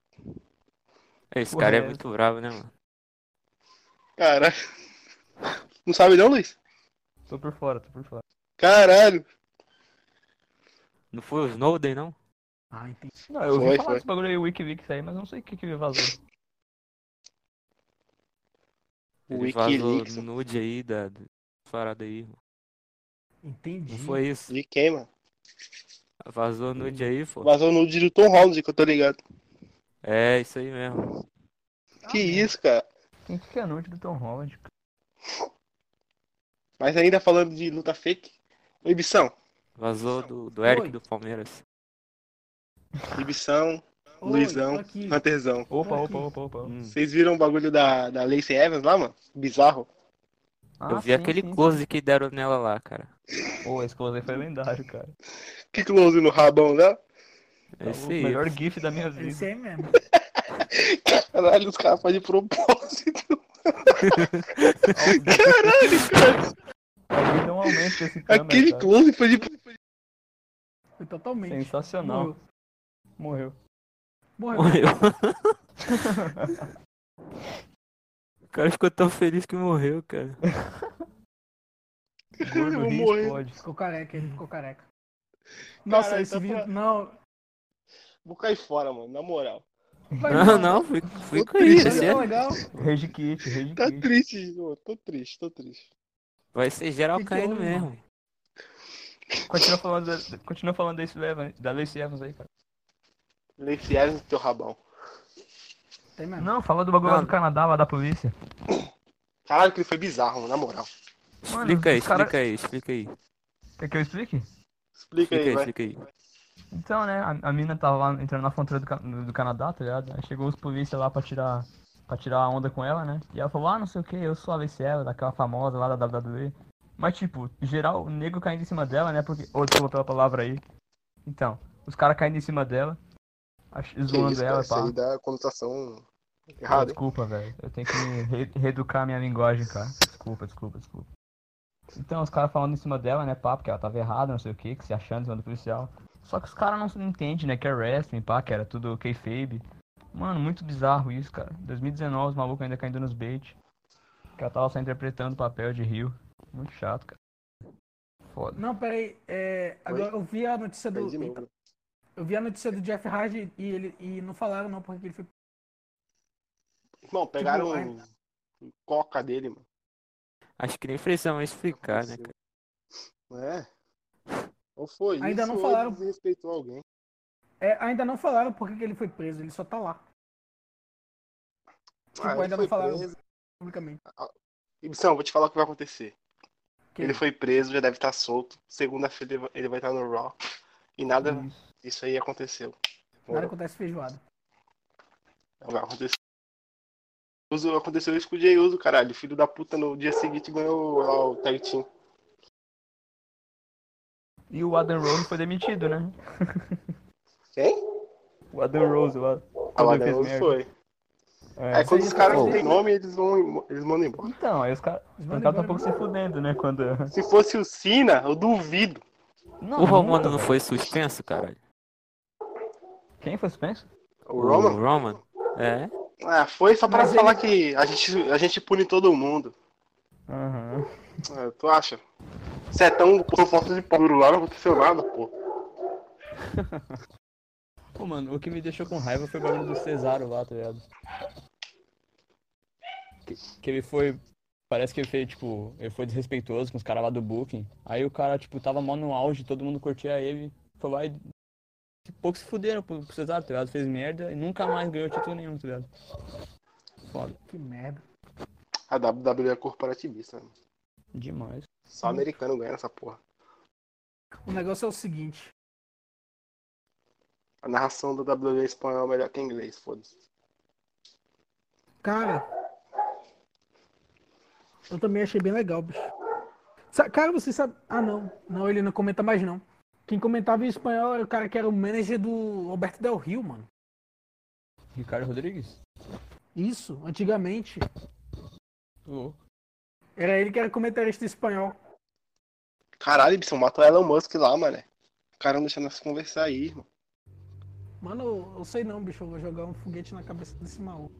Esse
Porra,
cara é
é.
muito bravo, né, mano?
Cara. Não sabe não, Luiz?
tô por fora, tô por fora.
Caralho.
Não foi o Snowden, não?
Ah, entendi.
Não, eu
Foi,
ouvi falar
foi.
desse bagulho aí, Wikileaks aí, mas não sei o que que vazou.
O
Ele vazou
Wikileaks.
nude aí da da parada aí. mano.
Entendi.
Não foi isso.
De quem, mano?
Vazou nude aí, pô.
Vazou no de Tom Holland, que eu tô ligado.
É, isso aí mesmo.
Que isso, cara.
Quem que é a noite do Tom Holland? cara?
Mas ainda falando de luta fake. Ô, Ibição.
Vazou do, do Eric
Oi.
do Palmeiras.
Ibição,
Oi,
Luizão, tá
tô aqui.
Hunterzão.
Opa,
Tô
opa,
aqui.
opa, opa.
Hum.
Vocês viram o bagulho da, da Lacey Evans lá, mano? Bizarro.
Eu
Ah,
vi
sim,
aquele
sim.
close que deram nela lá, cara.
Pô, esse close aí foi lendário, cara.
Que close no rabão dela.
É
o
isso aí.
melhor gif da minha
É
vida.
isso aí mesmo.
Caralho, os caras fazem de propósito.
Alguém deu um aumento desse câmera,
Aquele
cara.
close foi de
Foi totalmente.
Sensacional.
Morreu.
Morreu.
Morreu.
Morreu. o cara ficou tão feliz que morreu, cara.
Gordo
vou
ri,
morrer.
explode.
Ficou careca, ele ficou careca. Nossa,
Caralho,
esse
tá
vídeo.
falando-
Não.
Vou cair fora, mano, na moral.
Vai,
Não, não, fica, fica aí.
triste,
Mas
esse
é
é-
legal.
Rage Kit, Rage
Tá
Kit.
triste, João. Tô triste, tô triste.
Vai ser geral
Que que
caindo
houve,
mesmo.
Continua falando, da- continua falando desse Levan, da Lacey Evans aí, cara.
Lacey Evans teu rabão.
Tem mesmo.
Não, fala do bagulho lá
Não.
do Canadá, lá da polícia.
Caralho, que ele foi bizarro, mano, na moral.
Mano,
Explica aí,
os cara-
explica aí, explica aí.
Quer que eu explique?
Explica
Explica
aí,
aí,
vai.
explica aí.
Então, né, a, a mina tava lá entrando na fronteira do, Ca- do Canadá, tá ligado? Aí chegou os polícia lá pra tirar, pra tirar a onda com ela, né? E ela falou, ah, não sei o que, eu sou a Alice Eva, daquela famosa lá da WWE. Mas, tipo, geral, o negro caindo em cima dela, né? Porque. Ou desculpa pela palavra aí. Então, os caras caindo em cima dela, ach-
Que
zoando
isso,
ela,
cara, isso é
pá.
aí dá conotação
Pô,
errada. hein?
desculpa, velho. Eu tenho que me re- reeducar minha linguagem, cara. Desculpa, desculpa, desculpa. Então, os caras falando em cima dela, né, pá, porque ela tava errada, não sei o que, que se achando em cima do policial. Só que os caras não, não entendem, né, que é wrestling, pá, que era tudo kayfabe. Mano, muito bizarro isso, cara. 2019, os malucos ainda caindo nos bait. Que ela tava só interpretando o papel de Rio. Muito chato, cara. Foda.
Não, peraí. É, agora eu vi a notícia
Aí
do.
de novo.
Eu vi a notícia do Jeff Hardy e ele e não falaram não, porque ele foi.
Irmão, pegaram
Tipo,
um coca dele, mano.
Acho que nem precisamos explicar, né, cara?
Não é? Ou foi
Ainda
isso,
não
ou
falaram.
ele desrespeitou alguém.
É, ainda não falaram porque que ele foi preso, ele só tá lá, Tipo,
Ah, ele
ainda
foi
não falaram.
preso.
publicamente.
Ah, Ibsão, vou te falar o que vai acontecer.
Que-
Ele foi preso, já deve estar solto. Segunda-feira ele vai- ele vai estar no Raw. E nada
Hum.
Isso.
disso aí aconteceu.
Nada acontece feijoada.
Vai acontecer. Uso- Aconteceu isso com o Jay Uso, caralho. Filho da puta, no dia seguinte ganhou lá o tag team.
E o Adam Rose foi demitido, né?
Quem?
O Adam Rose lá.
Ah, o
Quando ele
Adam
fez
Rose
merda.
foi.
É,
É, quando os caras não
Oh.
têm nome, eles vão eles mandam embora.
Então, aí os caras. Os
mandam
caras tá
embora.
um pouco se fudendo, né? Quando.
Se fosse o Cena, eu duvido.
Não,
O Romano
nunca,
não
velho.
foi suspenso, caralho?
Quem foi suspenso?
O Roman?
O Roman? É.
Ah, foi só pra
Mas
falar que a gente, a gente pune todo mundo.
Aham.
Ah, tu acha? Você é tão com força de pau duro lá, não aconteceu nada, pô.
Pô, mano, o que me deixou com raiva foi o bagulho do Cesaro lá, tá ligado? Que, que ele foi. Parece que ele foi, tipo, ele foi desrespeitoso com os caras lá do Booking. Aí o cara, tipo, tava mó no auge, todo mundo curtia ele. Foi lá e. Poucos se fuderam pro pro Cesaro, tá ligado? Fez merda e nunca mais ganhou título nenhum, tá ligado? Foda.
Que merda.
A WWE é corporativista. né?
Demais.
Só americano ganha essa porra.
O negócio é o seguinte.
A narração da WWE em espanhol é melhor que em inglês, foda-se.
Cara. Eu também achei bem legal, bicho. Sa- Cara, você sabe. Ah, não. Não, ele não comenta mais, não. Quem comentava em espanhol era o cara que era o manager do Alberto Del Rio, mano.
Ricardo Rodrigues?
Isso, antigamente.
Tô Louco.
Era ele que era comentarista em espanhol.
Caralho, Ibson, mata o Elon Musk lá, mané. O cara não deixa nós conversar aí, irmão.
Mano, eu, eu sei não, bicho. Eu vou jogar um foguete na cabeça desse maluco.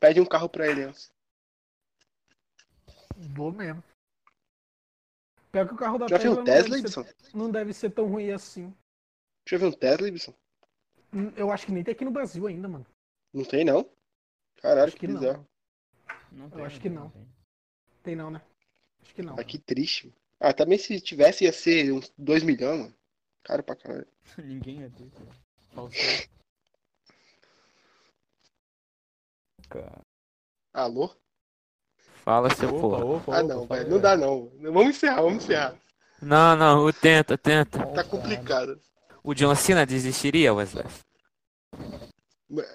Pede um carro pra ele, ó.
Vou mesmo. Pior que o é carro da
Já viu um
não
Tesla,
deve, ser,
Ibson?
não deve ser tão ruim assim.
Já viu um Tesla, Ibson?
Hum, Eu acho que nem tem aqui no Brasil ainda, mano.
Não tem, não? Caralho,
Acho
que,
que né? não.
bizarro.
Não
acho que não.
tem.
Tem não, né? Acho que não.
Ah, que triste. mano. Ah, também se tivesse ia ser uns 2 milhões, mano. Caro pra caralho.
Ninguém é né? ia ter, cara. Falsão. Cara.
Alô?
Fala, seu porra.
opa, é.
Ah, não, velho. Não dá, não. Vamos encerrar, vamos encerrar.
Não, não, o tenta, tenta.
Tá complicado.
O John Cena desistiria, Wesley?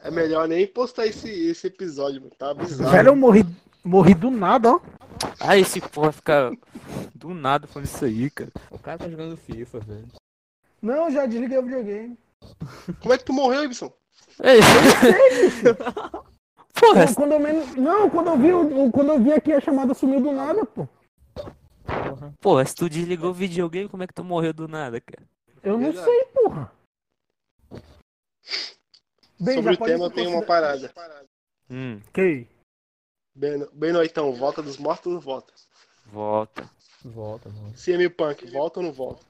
É melhor nem postar esse, esse episódio, mano. Tá bizarro.
Velho, eu morri, morri do nada, ó.
Ah, esse porra fica do nada falando isso aí, cara.
O cara tá jogando FIFA, velho.
Não, já desliguei o videogame.
Como é que tu morreu, Ibson?
Ei. Porra,
Pô, quando eu menos- Não, quando eu vi, o- quando eu vi aqui a chamada sumiu do nada, pô.
porra, se tu desligou o videogame, como é que tu morreu do nada, cara?
Eu não
Verdade.
sei, porra. Bem,
Sobre
já
o
pode
tema, eu tenho uma
considerar-
parada.
Hum,
Que?
Bem, bem noitão, então, volta dos mortos ou não volta?
volta.
Volta, mano.
CM Punk, volta ou não volta?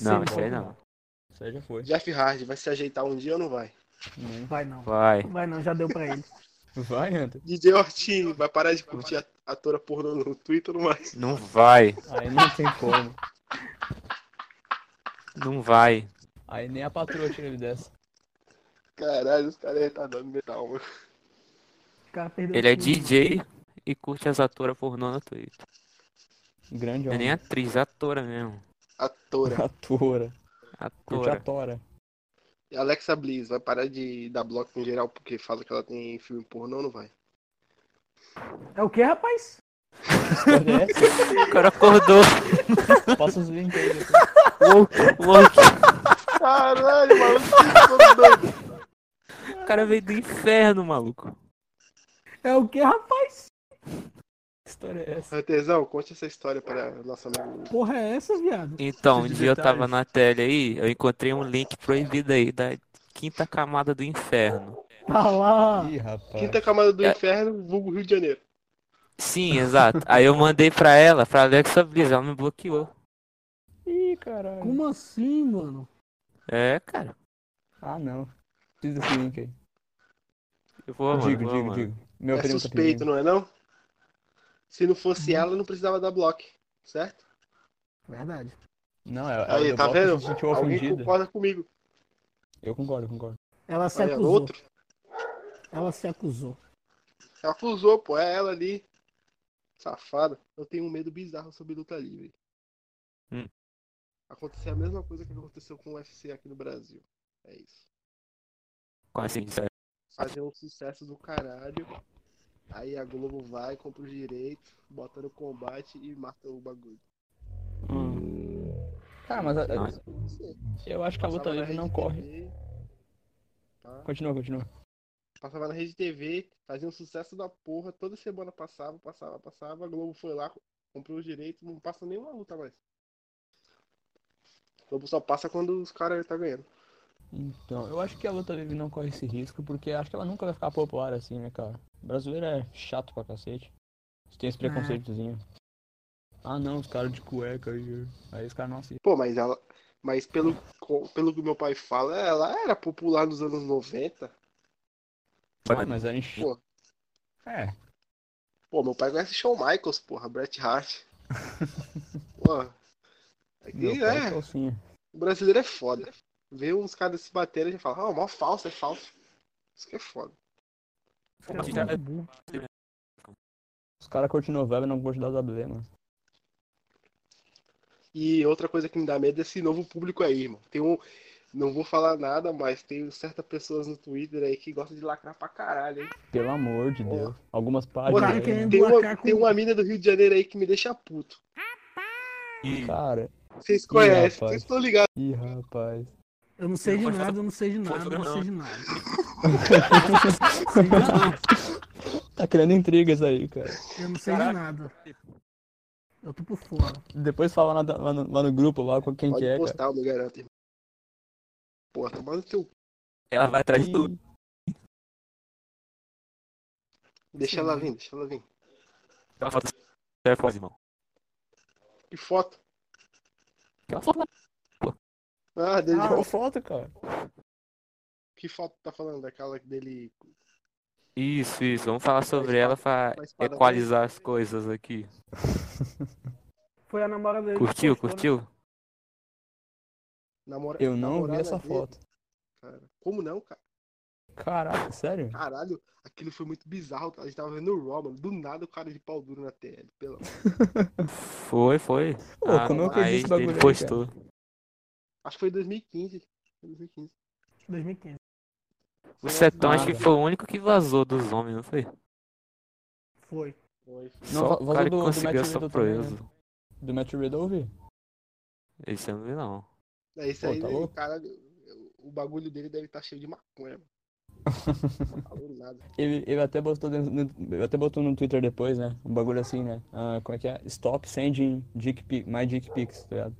Não,
Sim,
isso aí
volta.
não.
Isso aí já foi.
Jeff Hardy vai se ajeitar um dia ou não vai?
Né?
Vai não.
Vai.
Vai não, já deu pra ele.
Vai, Hunter.
DJ Ortini vai parar de curtir a atora pornô no Twitter ou não vai?
Não vai.
Aí não tem como.
Não vai.
Aí nem a patroa tira ele dessa.
Caralho, os caras aí tá dando metal, é mano.
O cara perdeu
Ele é
tudo.
DJ. e curte as atoras pornô no Twitter.
Grande
Não é
homem.
nem atriz, atora mesmo.
Atora.
Atora. Curte
Atora.
atora.
E Alexa Bliss vai parar de dar bloco em geral porque fala que ela tem filme pornô ou não vai?
É o que, rapaz?
História é essa?
O cara acordou.
Passa os links aí depois.
louco, louco.
Caralho, maluco, todo doido.
O cara veio do inferno, maluco.
É o que, rapaz?
História é essa?
Artesão, conte essa história para nossa amiga.
Porra é essa, viado?
Então, um
Esses
dia eu tava
detalhes.
na tele aí, eu encontrei um link proibido aí da quinta camada do inferno.
Tá lá.
Ih, rapaz.
Ah, Quinta camada do
É.
inferno, vulgo Rio de Janeiro.
Sim, exato. Aí eu mandei pra ela, pra Alexa Bliss, ela me bloqueou.
Ih, caralho.
Como assim, mano?
É, cara.
Ah, não. Preciso desse link aí.
Eu vou, mano,
digo,
vou,
digo,
mano.
digo. Meu
é
primo tá
suspeito,
pedindo.
não é não? Se não fosse ela, não precisava dar bloco, certo?
Verdade.
Não, é, é
Aí,
eu
tá
gosto
vendo?
de gente
Alguém
ofendida.
concorda comigo.
Eu concordo, eu concordo.
Ela se
Aí,
acusou.
outro.
Ela se acusou.
Ela acusou, pô, é ela ali. Safada. Eu tenho um medo bizarro sobre luta livre.
Hum.
Acontecer a mesma coisa que aconteceu com o UFC aqui no Brasil. É isso.
Como assim? sério?
Fazer um sucesso do caralho. Aí a Globo vai, compra os direitos, bota no combate e mata o bagulho.
Hum.
Cara, Tá, mas a- a-
Nossa.
eu acho que a luta
Passava na
livre Tá não
Rede
corre.
TV, tá?
Continua, continua.
Passava na rede TV, fazia um sucesso da porra, toda semana passava, passava, passava, a Globo foi lá, comprou os direitos, não passa nenhuma luta mais. A Globo só passa quando os caras tá ganhando.
Então, eu acho que a luta livre não corre esse risco, porque acho que ela nunca vai ficar popular assim, né, cara? O brasileiro é chato pra cacete. Você tem esse
É.
preconceitozinho. Ah, não, os caras de cueca aí. Aí os caras não assistem.
Pô, mas ela. Mas pelo, co- pelo que meu pai fala, ela era popular nos anos 90.
Ah, mas a gente.
Pô.
É,
Pô, meu pai conhece Shawn Michaels, porra, Bret Hart. Pô.
meu
Aqui,
pai é
né?
calcinha.
O brasileiro é foda. Vê uns caras se batendo e já fala, ah, mó falso, é falso. Isso que é foda.
Mas
um
Ela
já-
é muito burra.
Os caras curtem novela e não curtem da WWE, mano.
E outra coisa que me dá medo é esse novo público aí, irmão. Tem um. Não vou falar nada, mas tem certas pessoas no Twitter aí que gostam de lacrar pra caralho, hein?
Pelo amor de
Pô.
Deus. Algumas
Pô, tá
páginas.
cara
aí,
tem,
né?
Tá querendo
tem uma,
lacrar com-
tem uma mina do Rio de Janeiro aí que me deixa puto.
Ih,
né? Cara,
Vocês conhecem,
rapaz.
vocês estão ligados.
ih, rapaz.
Eu não sei de
Pode falar-
nada, eu não sei de nada,
pode
eu não
falar-
sei de nada. Sei de nada,
Tá criando intrigas aí, cara.
Eu não sei de
Caraca.
nada. Eu tô por fora.
Depois fala lá, da- lá no, lá no grupo, lá com quem que
Pode
é, cara.
postar, eu me garanto, irmão. Porra, tomar no teu. cu.
Ela vai atrás de tudo.
Ih,
Deixa ela vir, deixa ela vir.
Aquela foto do telefone, é irmão.
Que foto.
Aquela foto lá.
Ah, dele.
Ah, uma foto, cara.
Que foto tá falando? Daquela dele.
Isso, isso. Vamos falar sobre ela pra
com a espada
equalizar as coisas aqui.
Foi a namorada dele. que
Curtiu,
postou, né?
curtiu?
Namora...
Eu não vi
namorada
essa
dele,
foto.
cara. Como não, cara?
Caraca, sério?
Caralho, aquilo foi muito bizarro. A gente tava vendo o Raw, mano. Do nada o cara de pau duro na TL. Pelo...
Foi, foi.
Pô, como é eu perdi
aí
esse bagulho
ele
aí,
postou.
Acho que foi em 2015. Foi 2015.
2015.
O
é
Setão acho que
nada.
foi o único que vazou dos homens, não foi?
Foi.
Foi, foi.
Não,
Só
va-
o
vazou
cara que
do- do
conseguiu
Matt
essa
Riddle também, né?
proeza.
Do Matt Riddle eu vi.
Esse eu não vi, não.
É isso
Pô,
aí,
tá
o
louco?
cara. O bagulho dele deve estar cheio de maconha, mano. Não falou nada.
Ele, ele até botou dentro- no, ele até botou no Twitter depois, né? Um bagulho assim, né? Ah, como é que é? Stop sending dick pic, my dick pics, tá ligado?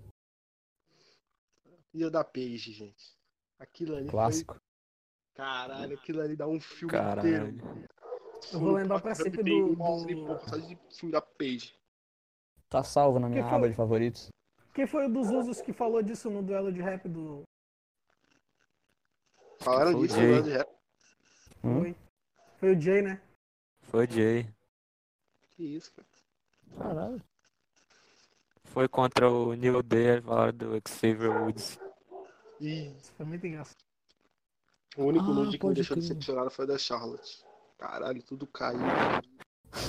E eu da Page, gente. Aquilo ali.
Clássico.
Foi... Caralho, aquilo ali dá um filme inteiro.
Caralho.
Eu vou lembrar pra sempre do- do-
Só de filme da Page.
Tá salvo na minha
Que foi-
aba de favoritos.
Quem foi o dos usos que falou disso no duelo de rap do.
Falaram
Foi o
disso,
Jay.
né, já.
Hum?
Foi. Foi o Jay, né?
Foi o Jay.
Que isso, cara.
Caralho.
Foi contra o New Day, aí falaram do Xavier Woods.
E
Isso foi muito engraçado.
o único
Ah,
nude que me
pode
deixou
crer.
decepcionado foi o da Charlotte. Caralho, tudo caiu.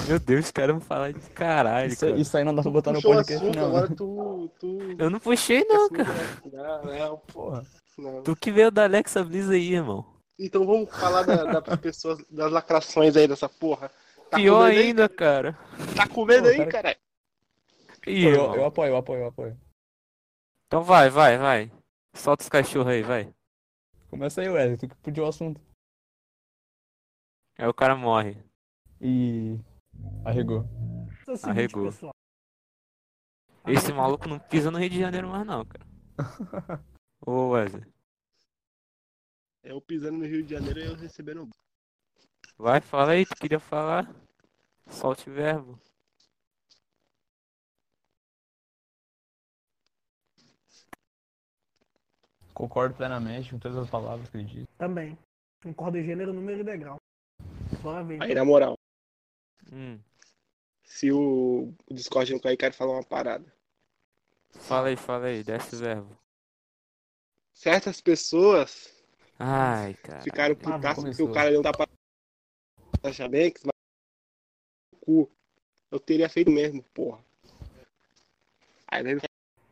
Meu Deus, os caras vão falar de caralho,
Isso,
cara.
isso aí não dá pra
Tá
botar no
Puxou o
podcast,
assunto,
não. né?
né?
agora tu. tu...
Eu não puxei, não,
é
cara.
né? Não, é não,
Porra.
não.
Tu que veio da Alexa Bliss aí, irmão.
Então vamos falar da, das pessoas, das lacrações aí dessa porra. Tá
Pior
comendo
ainda, cara.
Aí? Tá comendo
Pô,
aí,
cara.
caralho?
Ih,
Eu,
irmão.
eu apoio, eu apoio, eu apoio.
Então vai, vai, vai. Solta os cachorros aí, vai.
Começa aí, Wesley, tu que pediu o assunto.
Aí o cara morre.
E. Arregou.
Isso é o seguinte,
Arregou.
pessoal.
Esse maluco não pisa no Rio de Janeiro mais, não, cara. Ô, Wesley.
É Eu pisando no Rio de Janeiro e eu recebendo. um
Vai, fala aí, tu queria falar. Solte o verbo.
Concordo plenamente com todas as palavras que ele disse.
Também. Concordo em gênero, número e degrau. Bora ver.
né?
Aí, na moral,
Hum,
se o o Discord não cair, quero falar uma parada.
fala aí, fala aí, desce o verbo.
Certas pessoas
Ai, cara.
ficaram
Ah,
putaço porque
começou.
o cara não dá pra Sasha Banks, mas cu. Eu teria feito mesmo, porra. Aí, né,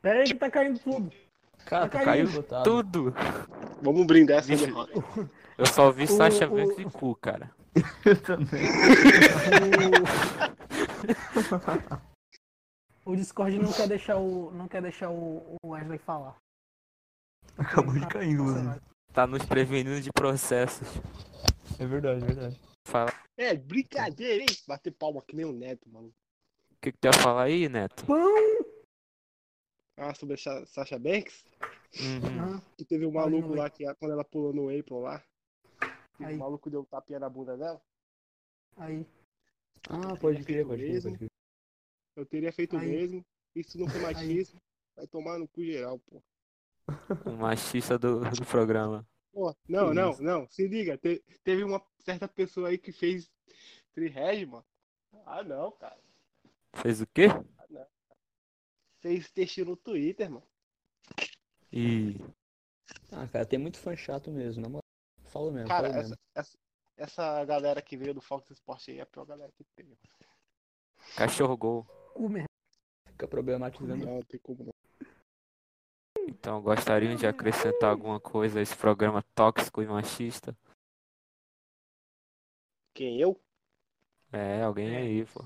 Pera aí que tá caindo tudo.
Cara,
Tá caindo.
botado.
Tudo!
vamos brindar essa
Vixe.
derrota.
Eu só vi
O-
Sasha
o-
Banks e cu, cara.
Eu também.
O, o Discord não quer deixar o, não quer deixar o, o Wesley falar.
Acabou
Tá,
de cair,
né?
mano.
Tá nos prevenindo de processos.
É verdade, é verdade.
Fala.
É, brincadeira, hein? Bater palma que nem o Neto, mano.
O que, que tu ia falar aí, Neto?
Pão!
Ah, sobre a Sha- Sasha Banks?
Uhum.
Que teve um maluco
não
lá que, quando ela pulou no April lá, que
Aí.
o maluco deu um tapinha na bunda dela.
Aí.
Ah, pode crer, pode crer.
Mesmo.
Pode crer.
Eu teria feito o
Aí.
mesmo. Isso não foi machismo. Vai tomar no cu geral, porra.
O machista do, do programa.
Pô, não,
Que
não,
isso.
não. Se liga, te- teve uma certa pessoa aí que fez trihege, mano. Ah, não, cara.
Fez o quê?
Fez texto no Twitter, mano.
E.
Ah, cara, tem muito fã chato mesmo, na moral. Falo
É um
mesmo,
Cara,
falo
essa,
mesmo.
essa, essa galera que veio do Fox Sport aí é a pior galera que tem.
Cachorro gol.
Cu mesmo.
Fica problematizando.
Não, não tem como não.
Então, gostariam de acrescentar alguma coisa a esse programa tóxico e machista?
Quem eu?
É, alguém aí, pô.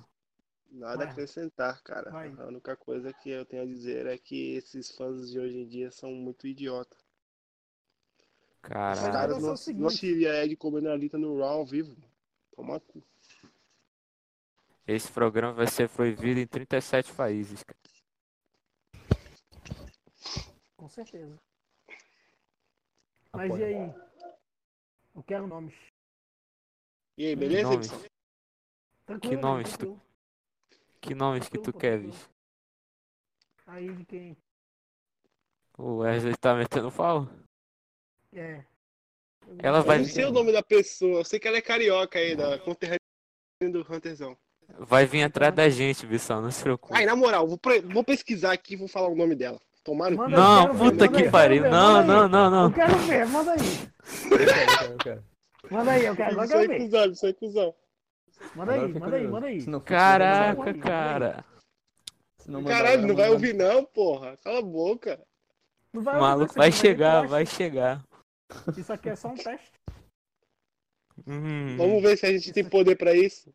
Nada a
Vai.
acrescentar, cara.
Vai.
A única coisa que eu tenho a dizer é que esses fãs de hoje em dia são muito idiotas. Os
Mas
Caralho.
caras
o negócio é o
não,
seguinte.
não tiria Ed comendo a Lita no Raw ao vivo. Toma cu.
Esse programa vai ser proibido em 37 países, cara.
Com certeza.
Ah,
Mas e
é
aí? é Eu quero nomes.
E aí,
Que
beleza? então.
nomes?
Ibsen?
Tranquilo,
Que nomes
tranquilo.
Que nomes que tu quer, bicho?
Aí de quem?
O Wesley tá metendo pau?
É.
Ela
Eu
vai,
não sei o nome da pessoa. Eu sei que ela é carioca aí, da conterrânea do Hunterzão.
vai vir atrás da gente, bichão, não se preocupe.
Ai, na moral, vou, pre- vou pesquisar aqui e vou falar o nome dela. Tomaram.
Manda-
Não,
eu quero
puta
ver,
que
eu
pariu.
quero ver,
Não,
manda
não,
aí.
não,
Eu
não.
quero ver, manda aí.
Eu quero, eu quero, eu quero.
Manda aí, eu quero, agora eu
Isso aí,
quero ver.
cuzão, isso é um aí, cuzão.
Manda
Agora eu
aí,
fico
manda aí,
curioso.
manda aí.
Se não for-
Caraca,
Manda aí.
cara.
se não mandar
Caralho,
agora,
não vai
manda-
ouvir não, porra. Cala a boca.
Não
O
vai
maluco
acontecer,
vai
mas é
chegar,
teste.
vai chegar.
Isso aqui é só um teste.
Hum,
Vamos ver se a gente tem poder pra isso.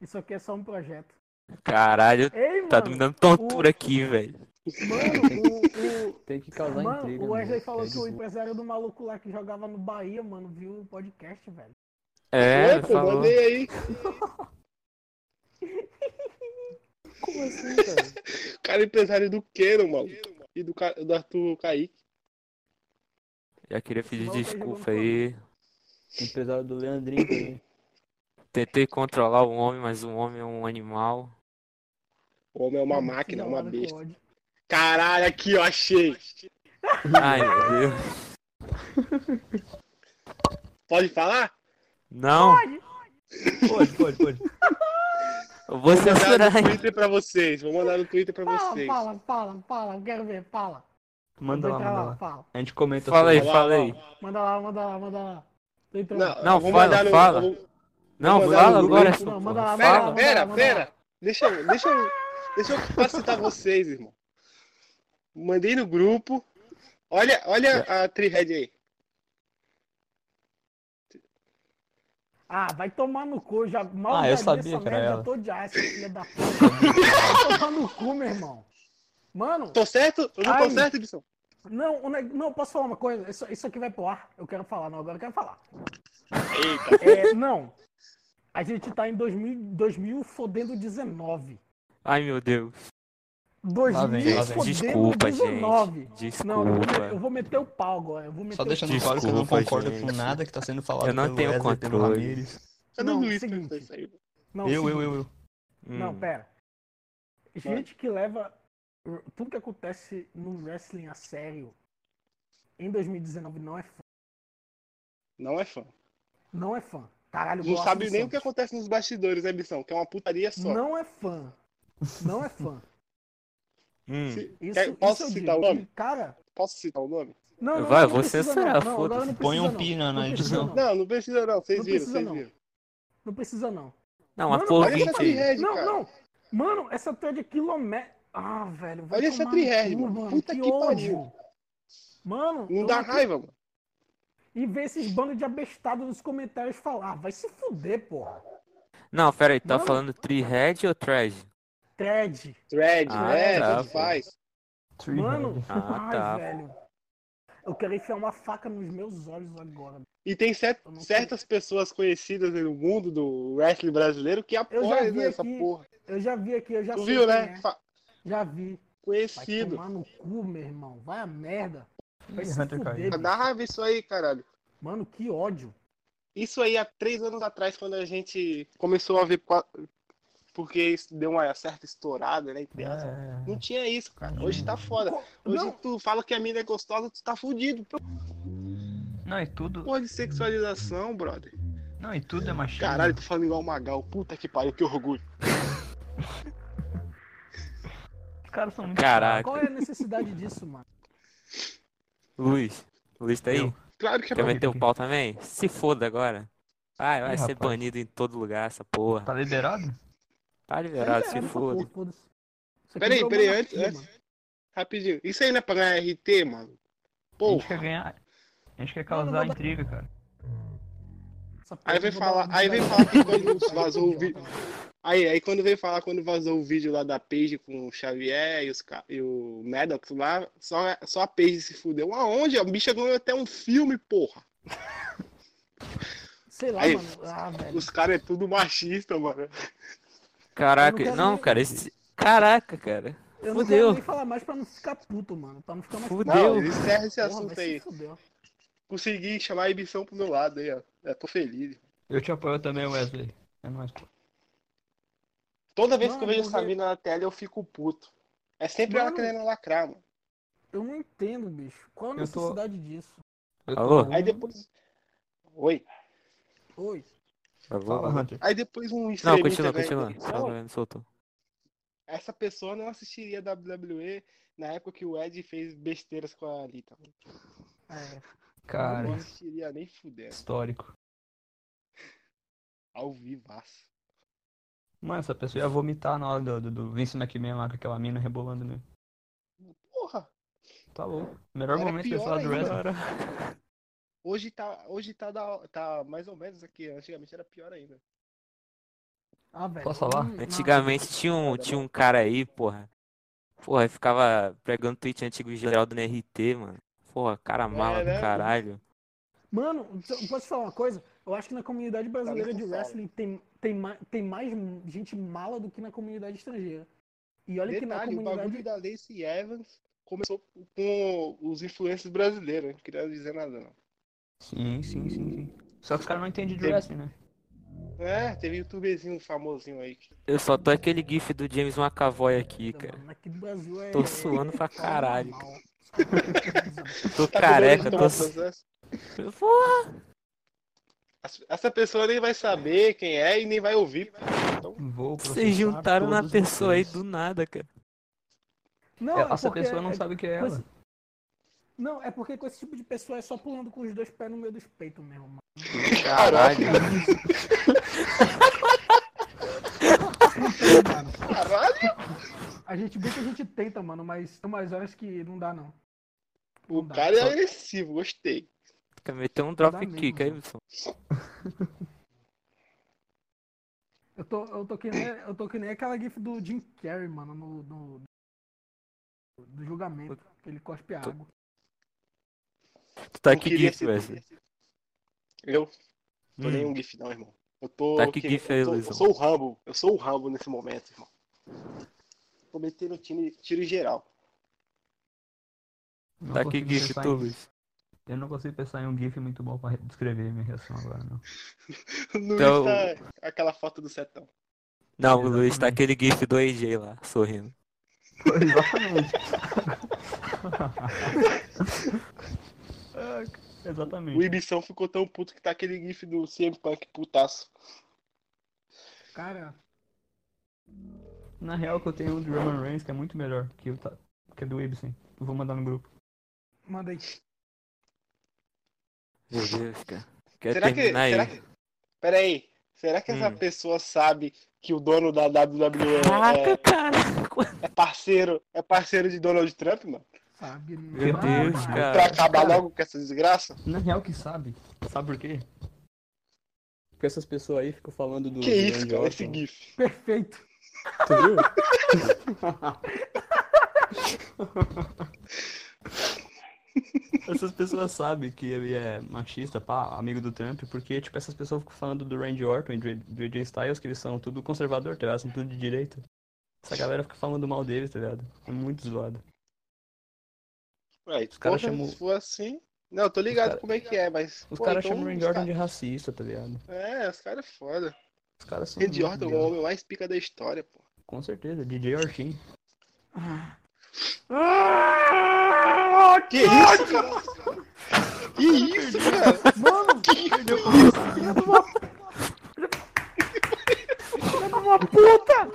Isso aqui é só um projeto.
caralho,
Ei, mano.
tá me dando tontura aqui, velho.
Mano,
Tem que
o, o,
causar intriga.
mano, o Wesley
mano.
falou
É
que o
de-
empresário do maluco lá que jogava no Bahia, mano, viu o podcast, velho.
É,
pô,
falou.
mandei aí.
Como assim, cara?
O cara é empresário do Queiro, mano. E do, Ca- do Arthur Kaique.
Já queria pedir
maluco tá jogando
desculpa
fora.
aí.
Empresário do Leandrinho também.
Tentei controlar o homem, mas o homem é um animal.
O homem é uma
Mano,
máquina,
que
uma
da hora que
besta.
ódio.
Caralho, aqui, ó, achei.
Ai, meu Deus.
Pode falar?
Não,
Pode, pode, pode.
eu vou
Vou mandar
censurar.
no Twitter pra vocês. Vou mandar no Twitter pra
Fala,
vocês.
fala, fala, fala, eu quero ver, fala.
Manda
Vou
lá,
entrar
manda lá.
fala.
A gente comenta
Fala aí,
sobre-
Lá,
fala
lá,
aí.
Manda lá, manda lá, manda lá. Tô entrando.
Não,
Não,
eu vou
fala,
mandar no,
fala.
eu vou-
Não,
Vou mandar
fala
no
agora.
grupo.
essa
Não,
porra.
manda lá, manda lá,
Pera,
Fala.
manda lá,
pera,
manda lá.
pera. Deixa eu, deixa eu, deixa eu capacitar vocês, irmão. Mandei no grupo. Olha, olha a Trihead aí.
Ah, vai tomar no cu, já mal
Ah, eu
daria
sabia
essa
que era
merda,
ela.
já tô de aço, filha da puta. vai tomar no cu, meu irmão. Mano,
Tô certo? Eu não
Ai.
tô certo, Edson?
não, o neg- não, posso falar uma coisa? Isso, isso aqui vai pro ar. Eu quero falar, não, agora eu quero falar.
Eita.
É, não. A gente tá em 2000, 2000 fodendo 19.
Ai, meu Deus.
2000
Lá vem, lá vem.
fodendo
Desculpa,
19.
gente. Desculpa.
Não, eu vou, me- eu vou meter o pau agora. Eu vou meter
Só
o
deixando
pau.
claro que eu não
Desculpa,
concordo
gente.
com nada que tá sendo falado
Eu não
pelo
tenho
Wesley, pelo
controle.
Ramírez.
Cadê o
Não,
Luiz?
seguinte.
que saiu?
Não,
Eu, eu,
seguinte.
eu, eu.
Não,
Hum.
pera. Gente que leva r- tudo que acontece no wrestling a sério em 2019 não é fã.
Não é fã.
Não é fã. Caralho,
Não
gosto
sabe
do
nem o que
Santos.
acontece nos bastidores, né, Bissão? Que é uma putaria só.
Não é fã. Não é fã.
Hum.
Se-
Isso,
quer-
isso
posso
eu
citar
digo.
o nome?
Cara,
Posso citar o nome?
não, não,
Vai,
não
vou
precisa
censurar,
não. Não, agora não
foda-se.
precisa
Põe um
não.
pina na
Não precisa
edição.
não.
Não, não precisa não. Vocês
Não
viram,
precisa,
vocês
não.
viram.
Não precisa não.
Não, mas
Mano,
por
Olha essa
20 aí.
Trihead,
Não,
cara.
não. Mano, essa thread é quilomé... Ah, velho. vai
Olha essa
tomar no
thread,
cu,
mano. Puta que pariu. Um
ódio. Mano,
Não
eu
dá
não acredito.
raiva, mano.
e ver esses bandos de abestados nos comentários falar, "Ah, vai se fuder, porra.
Não, peraí, tá
Não.
falando tri-head ou trash?
Thread.
Thread,
Ah,
né?
tá,
Tanto faz.
Three
Mano,
head.
Ah,
ai,
tá.
velho. Eu quero enfiar uma faca nos meus olhos agora.
E tem cer-
Eu não sei.
certas pessoas conhecidas no mundo do wrestling brasileiro que
já
apoiam
vi
né, essa
aqui,
porra.
Eu já vi aqui, eu já
Tu
sei
viu,
quem
né?
é.
Fa-
Já vi. Vai
Conhecido.
tomar no cu, meu irmão. Vai a merda. Vai
Ih,
se
Hunter
fuder,
caiu.
bicho.
Dá raiva isso aí, caralho.
Mano, que ódio.
Isso aí há três anos atrás, quando a gente começou a ver. qua- Porque isso deu uma certa estourada, né? entre aspas.
É.
Não tinha isso, cara. Hoje tá foda.
Co-
Hoje
Não,
tu fala que a mina é gostosa, tu tá fudido.
Não, e tudo.
Porra de sexualização, brother.
Não, e tudo é machismo.
Caralho, tô falando igual o Magal. Puta que pariu, que orgulho.
Os caras são muito.
Caraca.
qual é a necessidade disso, mano?
Luiz. Luiz tá aí?
Eu.
Claro que é pra...
Quer
Então
Também.
meter o pau também? Se foda agora. Vai, vai
Ih,
ser
rapaz.
banido em todo lugar essa porra.
Tá liderado?
Tá liberado, se
Liberado,
foda.
essa porra, foda-se. Isso aqui
Peraí,
virou
peraí,
monarquia,
antes-
mano.
Rapidinho. Isso aí não é pra ganhar RT,
A
mano.
gente
Porra.
quer ganhar. A gente quer
Não, não
causar
vou dar-
intriga, cara.
Essa porra
Aí vem
eu vou dar
falar,
uma
aí vem falar que quando vazou o vídeo. Aí, aí quando veio falar, quando vazou o vídeo lá da Page com o Xavier e, os, ca- e o Maddox lá, só, só a Page se fudeu. Aonde? A bicha ganhou até um filme, porra.
Sei lá,
Aí,
mano. Ah, velho.
Os caras é tudo machista, mano.
Caraca,
quero
não,
nem-
cara, esse. Caraca, cara.
Eu não
Fudeu.
quero nem falar mais pra não ficar puto, mano. Pra não ficar mais
Fudeu.
Não,
Deus.
encerra esse
Porra,
assunto
vai se
aí.
fudeu.
Consegui chamar a Ibição pro meu lado aí, ó. Eu tô feliz.
Eu te apoio também, Wesley. É nóis.
Toda vez que eu
Mano,
vejo essa
porque-
mina na tela, eu fico puto. É sempre ela
Mano.
querendo lacrar, mano.
Eu não entendo, bicho. Qual a
Eu tô-
necessidade disso?
Eu tô
Alô?
com-
Uhum.
Aí depois. Oi.
Oi.
Fala, Hunter.
Aí depois um
Não,
extremista
continua,
ganha
continua.
televisão,
Só não é soltou.
Essa pessoa não assistiria WWE na época que o Ed fez besteiras com a Anitta. mano.
É,
Cara,
Não
isso
assistiria nem fuder.
é histórico.
Ao vivaço.
Mano, essa pessoa ia vomitar na hora do, do, do Vince McMahon lá com aquela mina rebolando nele.
Porra!
Tá louco. Melhor
Era
momento que eu
pior
falar do
ainda.
wrestling.
Hoje tá, hoje tá, da, tá mais ou menos aqui. Antigamente era pior ainda.
Ah, velho.
Posso falar?
Hum,
Antigamente tinha um, tinha um cara aí, porra. Porra, ficava pregando tweet antigo de Geraldo no RT, mano. Porra, cara mala
É, né?
do caralho.
Mano, então, posso te falar uma coisa? Eu acho que na comunidade brasileira
Tá
de
nessa
wrestling tem, tem, ma- tem mais gente mala do que na comunidade estrangeira. E olha que na
Detalhe, o
comunidade.
bagulho da Lacey Evans começou com os influencers brasileiros. né? Não queria dizer nada, não.
Sim, sim, sim, sim. Só que os caras não entendem de
Teve-
wrestling, né?
É, teve um youtuberzinho famosinho aí. que-
Eu só tô aquele gif do James McAvoy aqui, cara.
Mano, aqui do Brasil é.
Tô suando pra
é
caralho.
normal. Desculpa.
Tô
Tá com
careca,
medo de
tô.
tomar processo?
Porra,
As- Essa pessoa nem vai saber quem é e nem vai ouvir. pô. Então,
Vou
vocês juntaram na
uma
pessoa aí do nada, cara.
Não, é
Essa
porque
pessoa
é-
não sabe o que é
Pois-
ela.
Não, é porque com esse tipo de pessoa é só pulando com os dois pés no meio dos peitos mesmo, mano.
Caralho.
Puta, mano.
Caralho!
A gente bem que a gente tenta, mano, mas tem umas horas que não dá, não.
O
Não dá.
cara é agressivo, gostei.
Quer meter um
dá
drop
mesmo,
kick aí,
mano.
Wilson?
Eu tô, eu tô que nem, eu tô que nem aquela gif do Jim Carrey, mano, no, no- do julgamento, que ele cospe água.
Tu tá
Eu
que
queria
gif,
ser
Wesley.
desse. Eu? Tô
Hum.
nem um gif não, irmão. Eu tô.
Tá que
querendo-
gif aí,
eu, tô- eu
Luizão?
sou o Rambo. Eu sou o Rambo nesse momento, irmão. Tô metendo tiro, tiro geral.
Não
Tá que
consigo
gif,
pensar
tu,
em-
Luiz.
Eu não consigo pensar em um GIF muito bom pra descrever minha reação agora, não.
Luiz
Então-
tá aquela foto do setão.
Não, o Luiz tá
Exatamente.
aquele gif do AJ lá, sorrindo.
Exatamente. Exatamente.
Hum.
O Ibição ficou tão puto que tá aquele gif do CM Punk putaço.
Cara,
Na real que eu tenho um do Roman Reigns que é muito melhor que o ta- que é do Ibsen. Eu vou mandar no grupo.
manda aí.
Meu Deus, cara. Quer
será que.
terminar
Será
aí?
que. Pera aí. Será que essa
Hum.
pessoa sabe que o dono da WWE
Caraca,
é,
cara!
é parceiro, é parceiro de Donald Trump, mano?
Sabe? não
Meu
dá,
Deus,
mano.
cara.
Pra acabar logo com essa desgraça?
Na real que sabe. Sabe por quê?
Porque essas pessoas aí ficam falando do.
Que
do
isso,
Randy
cara?
Orton.
Esse gif.
Perfeito.
Tu viu?
Essas pessoas sabem que ele é machista, pá, amigo do Trump, porque, tipo, essas pessoas ficam falando do Randy Orton e do do AJ Styles, que eles são tudo conservador, tá ligado? São tudo de direita. Essa galera fica falando mal deles, tá ligado? É muito zoado.
Ué,
Os caras
porra,
chamam-
se for assim. Não, tô ligado
cara-
como é que é, mas.
Os
pô,
caras
então
chamam o Randy
os
Orton
ca-
de racista, tá ligado?
É, os caras é foda.
Os caras são.
Randy
muito
Orton é o
zoados.
homem mais pica da história, pô.
Com certeza, é DJ Ortin.
Que isso, cara? Que isso, cara?
Mano, filha de uma filha de uma puta!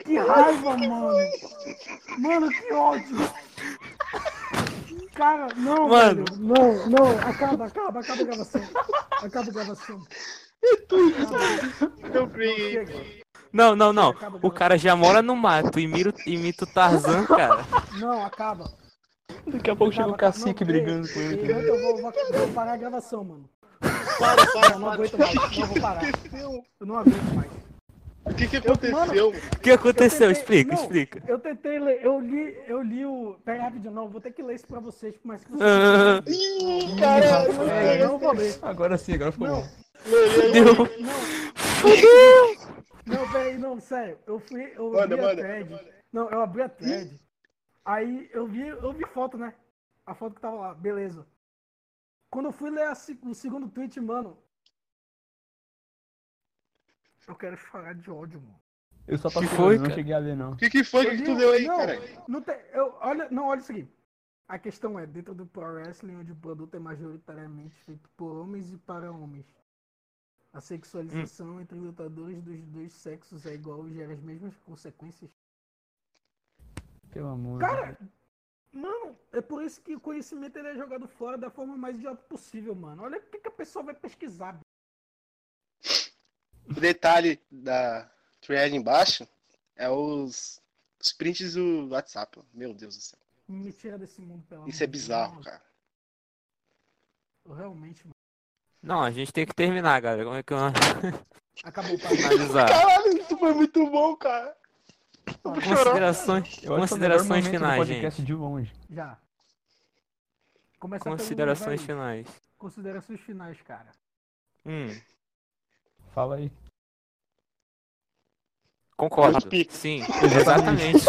Que raiva, mano! Mano, que ódio! Cara, não,
Mano.
velho, não, não, acaba, acaba, acaba a gravação. Acaba a gravação.
Meu primo.
Chega.
Não, não, não.
Acaba,
O cara já mora no mato, imita, o- imita o Tarzan, cara.
Não, acaba.
Daqui a pouco chega
Acaba,
o um cacique
acaba.
brigando com
Ei,
ele.
ei, Eu vou, vou, vou parar a gravação, mano.
Para,
Eu
para,
não
para.
aguento mais, não vou parar. Eu não aguento mais.
O que que aconteceu?
O que aconteceu?
Eu tentei-
Explica,
não,
explica.
Eu tentei ler, eu li, eu li o. Pera rapidinho, não, vou ter que ler isso pra vocês, mas que vocês.
Ah,
Ih, cara, eu não
É,
Ah.
sei.
eu não vou ler.
Agora sim, agora ficou bom.
deu.
Não, peraí, não, sério. Eu fui. Eu
Manda,
abri
manda,
a thread. Não, eu abri a thread. Aí eu vi, eu vi foto, né? A foto que tava lá, beleza. Quando eu fui ler a se- o segundo tweet, mano. Eu quero chorar de ódio, mano.
Eu só passei,
foi,
eu não
cara?
cheguei a ver, não.
O que que foi que tu deu aí,
não,
cara?
Não tem, eu, olha, não, olha isso aqui. A questão é, dentro do Pro Wrestling, onde o produto é majoritariamente feito por homens e para homens, a sexualização entre lutadores dos dois sexos é igual e gera as mesmas consequências.
Pelo amor.
Cara, mano, é por isso que o conhecimento ele é jogado fora da forma mais idiota possível, mano. Olha o que, que a pessoa vai pesquisar. bicho.
O detalhe da thread embaixo é os, os prints do WhatsApp. Meu Deus do céu.
Me tira desse mundo, pelo amor
Isso é
de Deus.
bizarro, cara.
Não, Realmente, mano.
Não, a gente tem que terminar, galera. Como é que eu vou
Acabou o papo.
analisar?
Caralho, isso foi muito bom, cara. Eu vou chorar.
Considerações,
Eu acho que é o melhor
considerações
momento do
finais,
podcast
gente.
de longe.
Já. Começa pelo-
Considerações
vai.
finais.
Considerações finais, cara.
Hum,
Fala aí.
concordo.
Dois piques.
Sim, exatamente.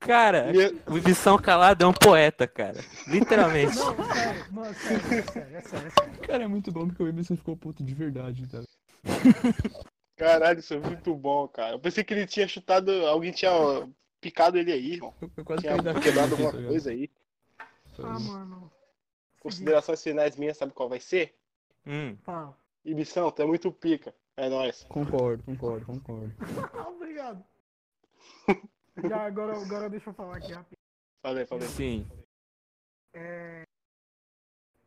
Cara,
Minha-
o Ibição Calado é um poeta, cara. Literalmente.
Não, É sério, mano, sério, é sério, é sério, é sério.
Cara, é muito bom porque o Ibsen ficou puto de verdade, tá?
Caralho, isso é muito bom, cara. Eu pensei que ele tinha chutado, alguém tinha ó, picado ele aí, irmão.
Eu, eu quase
Tinha
caí da cama
quebrado
aqui,
alguma
tá ligado?
coisa aí.
Foi-
Ah, mano. Seguinte,
Considerações finais minhas, sabe qual vai ser?
Hum,
fala.
Ibição, tu é muito pica. É nóis.
Concordo, concordo, concordo.
Ah, Obrigado. Já, agora, agora deixa eu falar aqui rapidinho.
Falei, falei.
Sim.
É,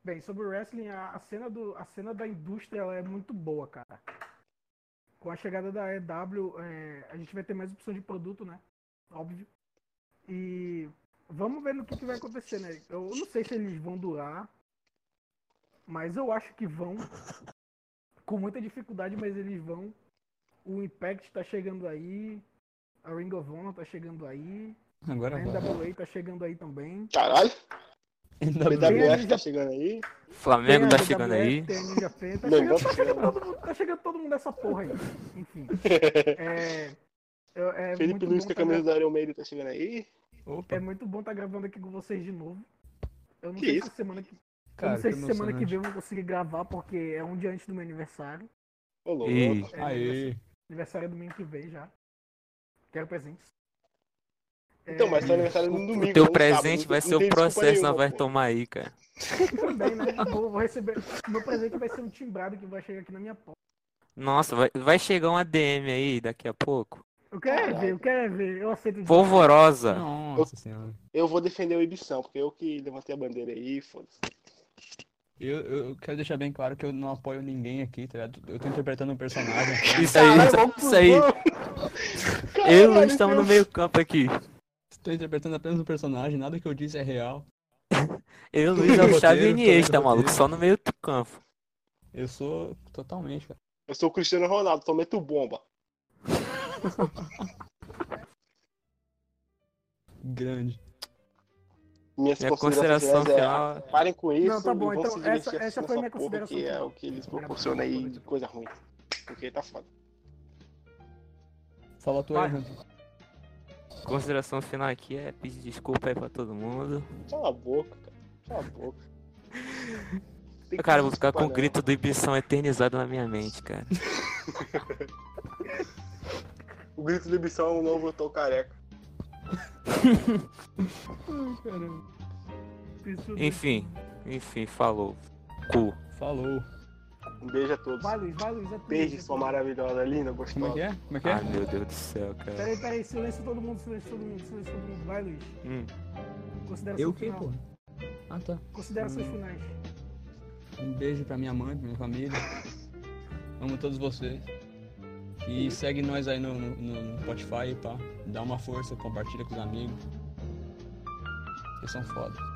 Bem, sobre o wrestling, a, a cena do, a cena da indústria ela é muito boa, cara. Com a chegada da EW, é, a gente vai ter mais opção de produto, né? Óbvio. E vamos ver no que, que vai acontecer, né? Eu não sei se eles vão durar, mas eu acho que vão. Com muita dificuldade, mas eles vão. O Impact tá chegando aí. A Ring of Honor tá chegando aí. A
Agora vai.
NWA tá chegando aí também.
Caralho,
Ainda bem.
BWF tá chegando aí.
Flamengo tá
Tem a
chegando
WWF,
aí.
tem a Ninja Pen, tá,
Mengão
chegando,
tá
tá, chegando
chegando.
todo mundo, tá chegando todo mundo nessa porra aí. Enfim. É, é, é
Felipe
muito
Luiz
bom
com a
tá
camisa da Iron Maiden tá chegando aí.
Opa,
gra- É muito bom estar gravando aqui com vocês de novo. Eu não
Que
sei
isso?
se semana que, eu
cara,
não sei
que
se semana que
emocionante.
vem eu vou conseguir gravar, porque é um dia antes do meu aniversário.
Ô, louco.
Ih.
É,
Aê.
Aniversário é domingo que vem já. Quero presentes.
Então,
É,
mas seu aniversário é no domingo. não
O teu
no sábado,
presente
não
vai
tem-
ser
não
o
tem desculpa
processo que
nenhuma,
nós vai
pô.
tomar aí, cara.
tá-
Também, né? Vou, vou receber. Meu presente vai ser um timbrado que vai chegar aqui na minha porta.
Nossa, vai, vai chegar um ADM aí daqui a pouco.
Eu quero é ver,
Caralho.
eu quero é ver. Eu aceito. de-
Polvorosa.
Nossa senhora.
Eu vou defender o Ibição, porque eu que levantei a bandeira aí, foda-se.
Eu, eu quero deixar bem claro que eu não apoio ninguém aqui, tá ligado? Eu tô interpretando um personagem.
Isso aí,
Caralho,
isso-
vamos
isso aí. Eu e
Caralho,
Luiz estamos no
Deus.
meio campo aqui.
Estou interpretando apenas um personagem, nada que eu disse é real.
Eu e Luiz é
Roteiro,
o Xavi
tô
Iniesta,
lendo
maluco,
roteiro.
só no meio do campo.
Eu sou totalmente, cara.
Eu sou o Cristiano Ronaldo, tô meto bomba.
Grande.
Minhas
Minha
considerações
consideração
finais é,
final.
Parem com isso.
Não, tá bom,
e vão
então,
se divertir
essa- essa
assistindo
foi minha
porra,
consideração
Que é
final.
o que eles proporcionam aí de coisa ruim. Porque tá foda.
Fala tu
Vai.
aí, Hunter.
Consideração final aqui é pedir desculpa aí pra todo mundo.
Cala a boca, cara. Cala a boca. Tem que
Cara, eu vou ficar com o
desculpar, né,
grito do Ibição eternizado na minha mente, cara.
não. O grito do Ibição é um novo eu tô careca.
Isso-
Enfim, enfim, falou. Cu.
Falou.
Um beijo a todos.
Vai, Luiz, vai, Luiz. É tu,
Beijo,
Luiz, é
sua
tu.
maravilhosa, linda,
Como é que
gostosa.
é? Como é que é?
Ai, meu Deus do céu, cara.
Peraí, peraí, silêncio todo mundo, silêncio todo mundo, silêncio todo mundo. Vai, Luiz.
Hum.
Considerações
Eu quem,
final.
pô? Ah, tá.
Considerações finais.
Um beijo pra minha mãe, pra minha família. Amo todos vocês. E segue nós aí no, no, no Spotify, pá. Dá uma força, compartilha com os amigos. Vocês são foda.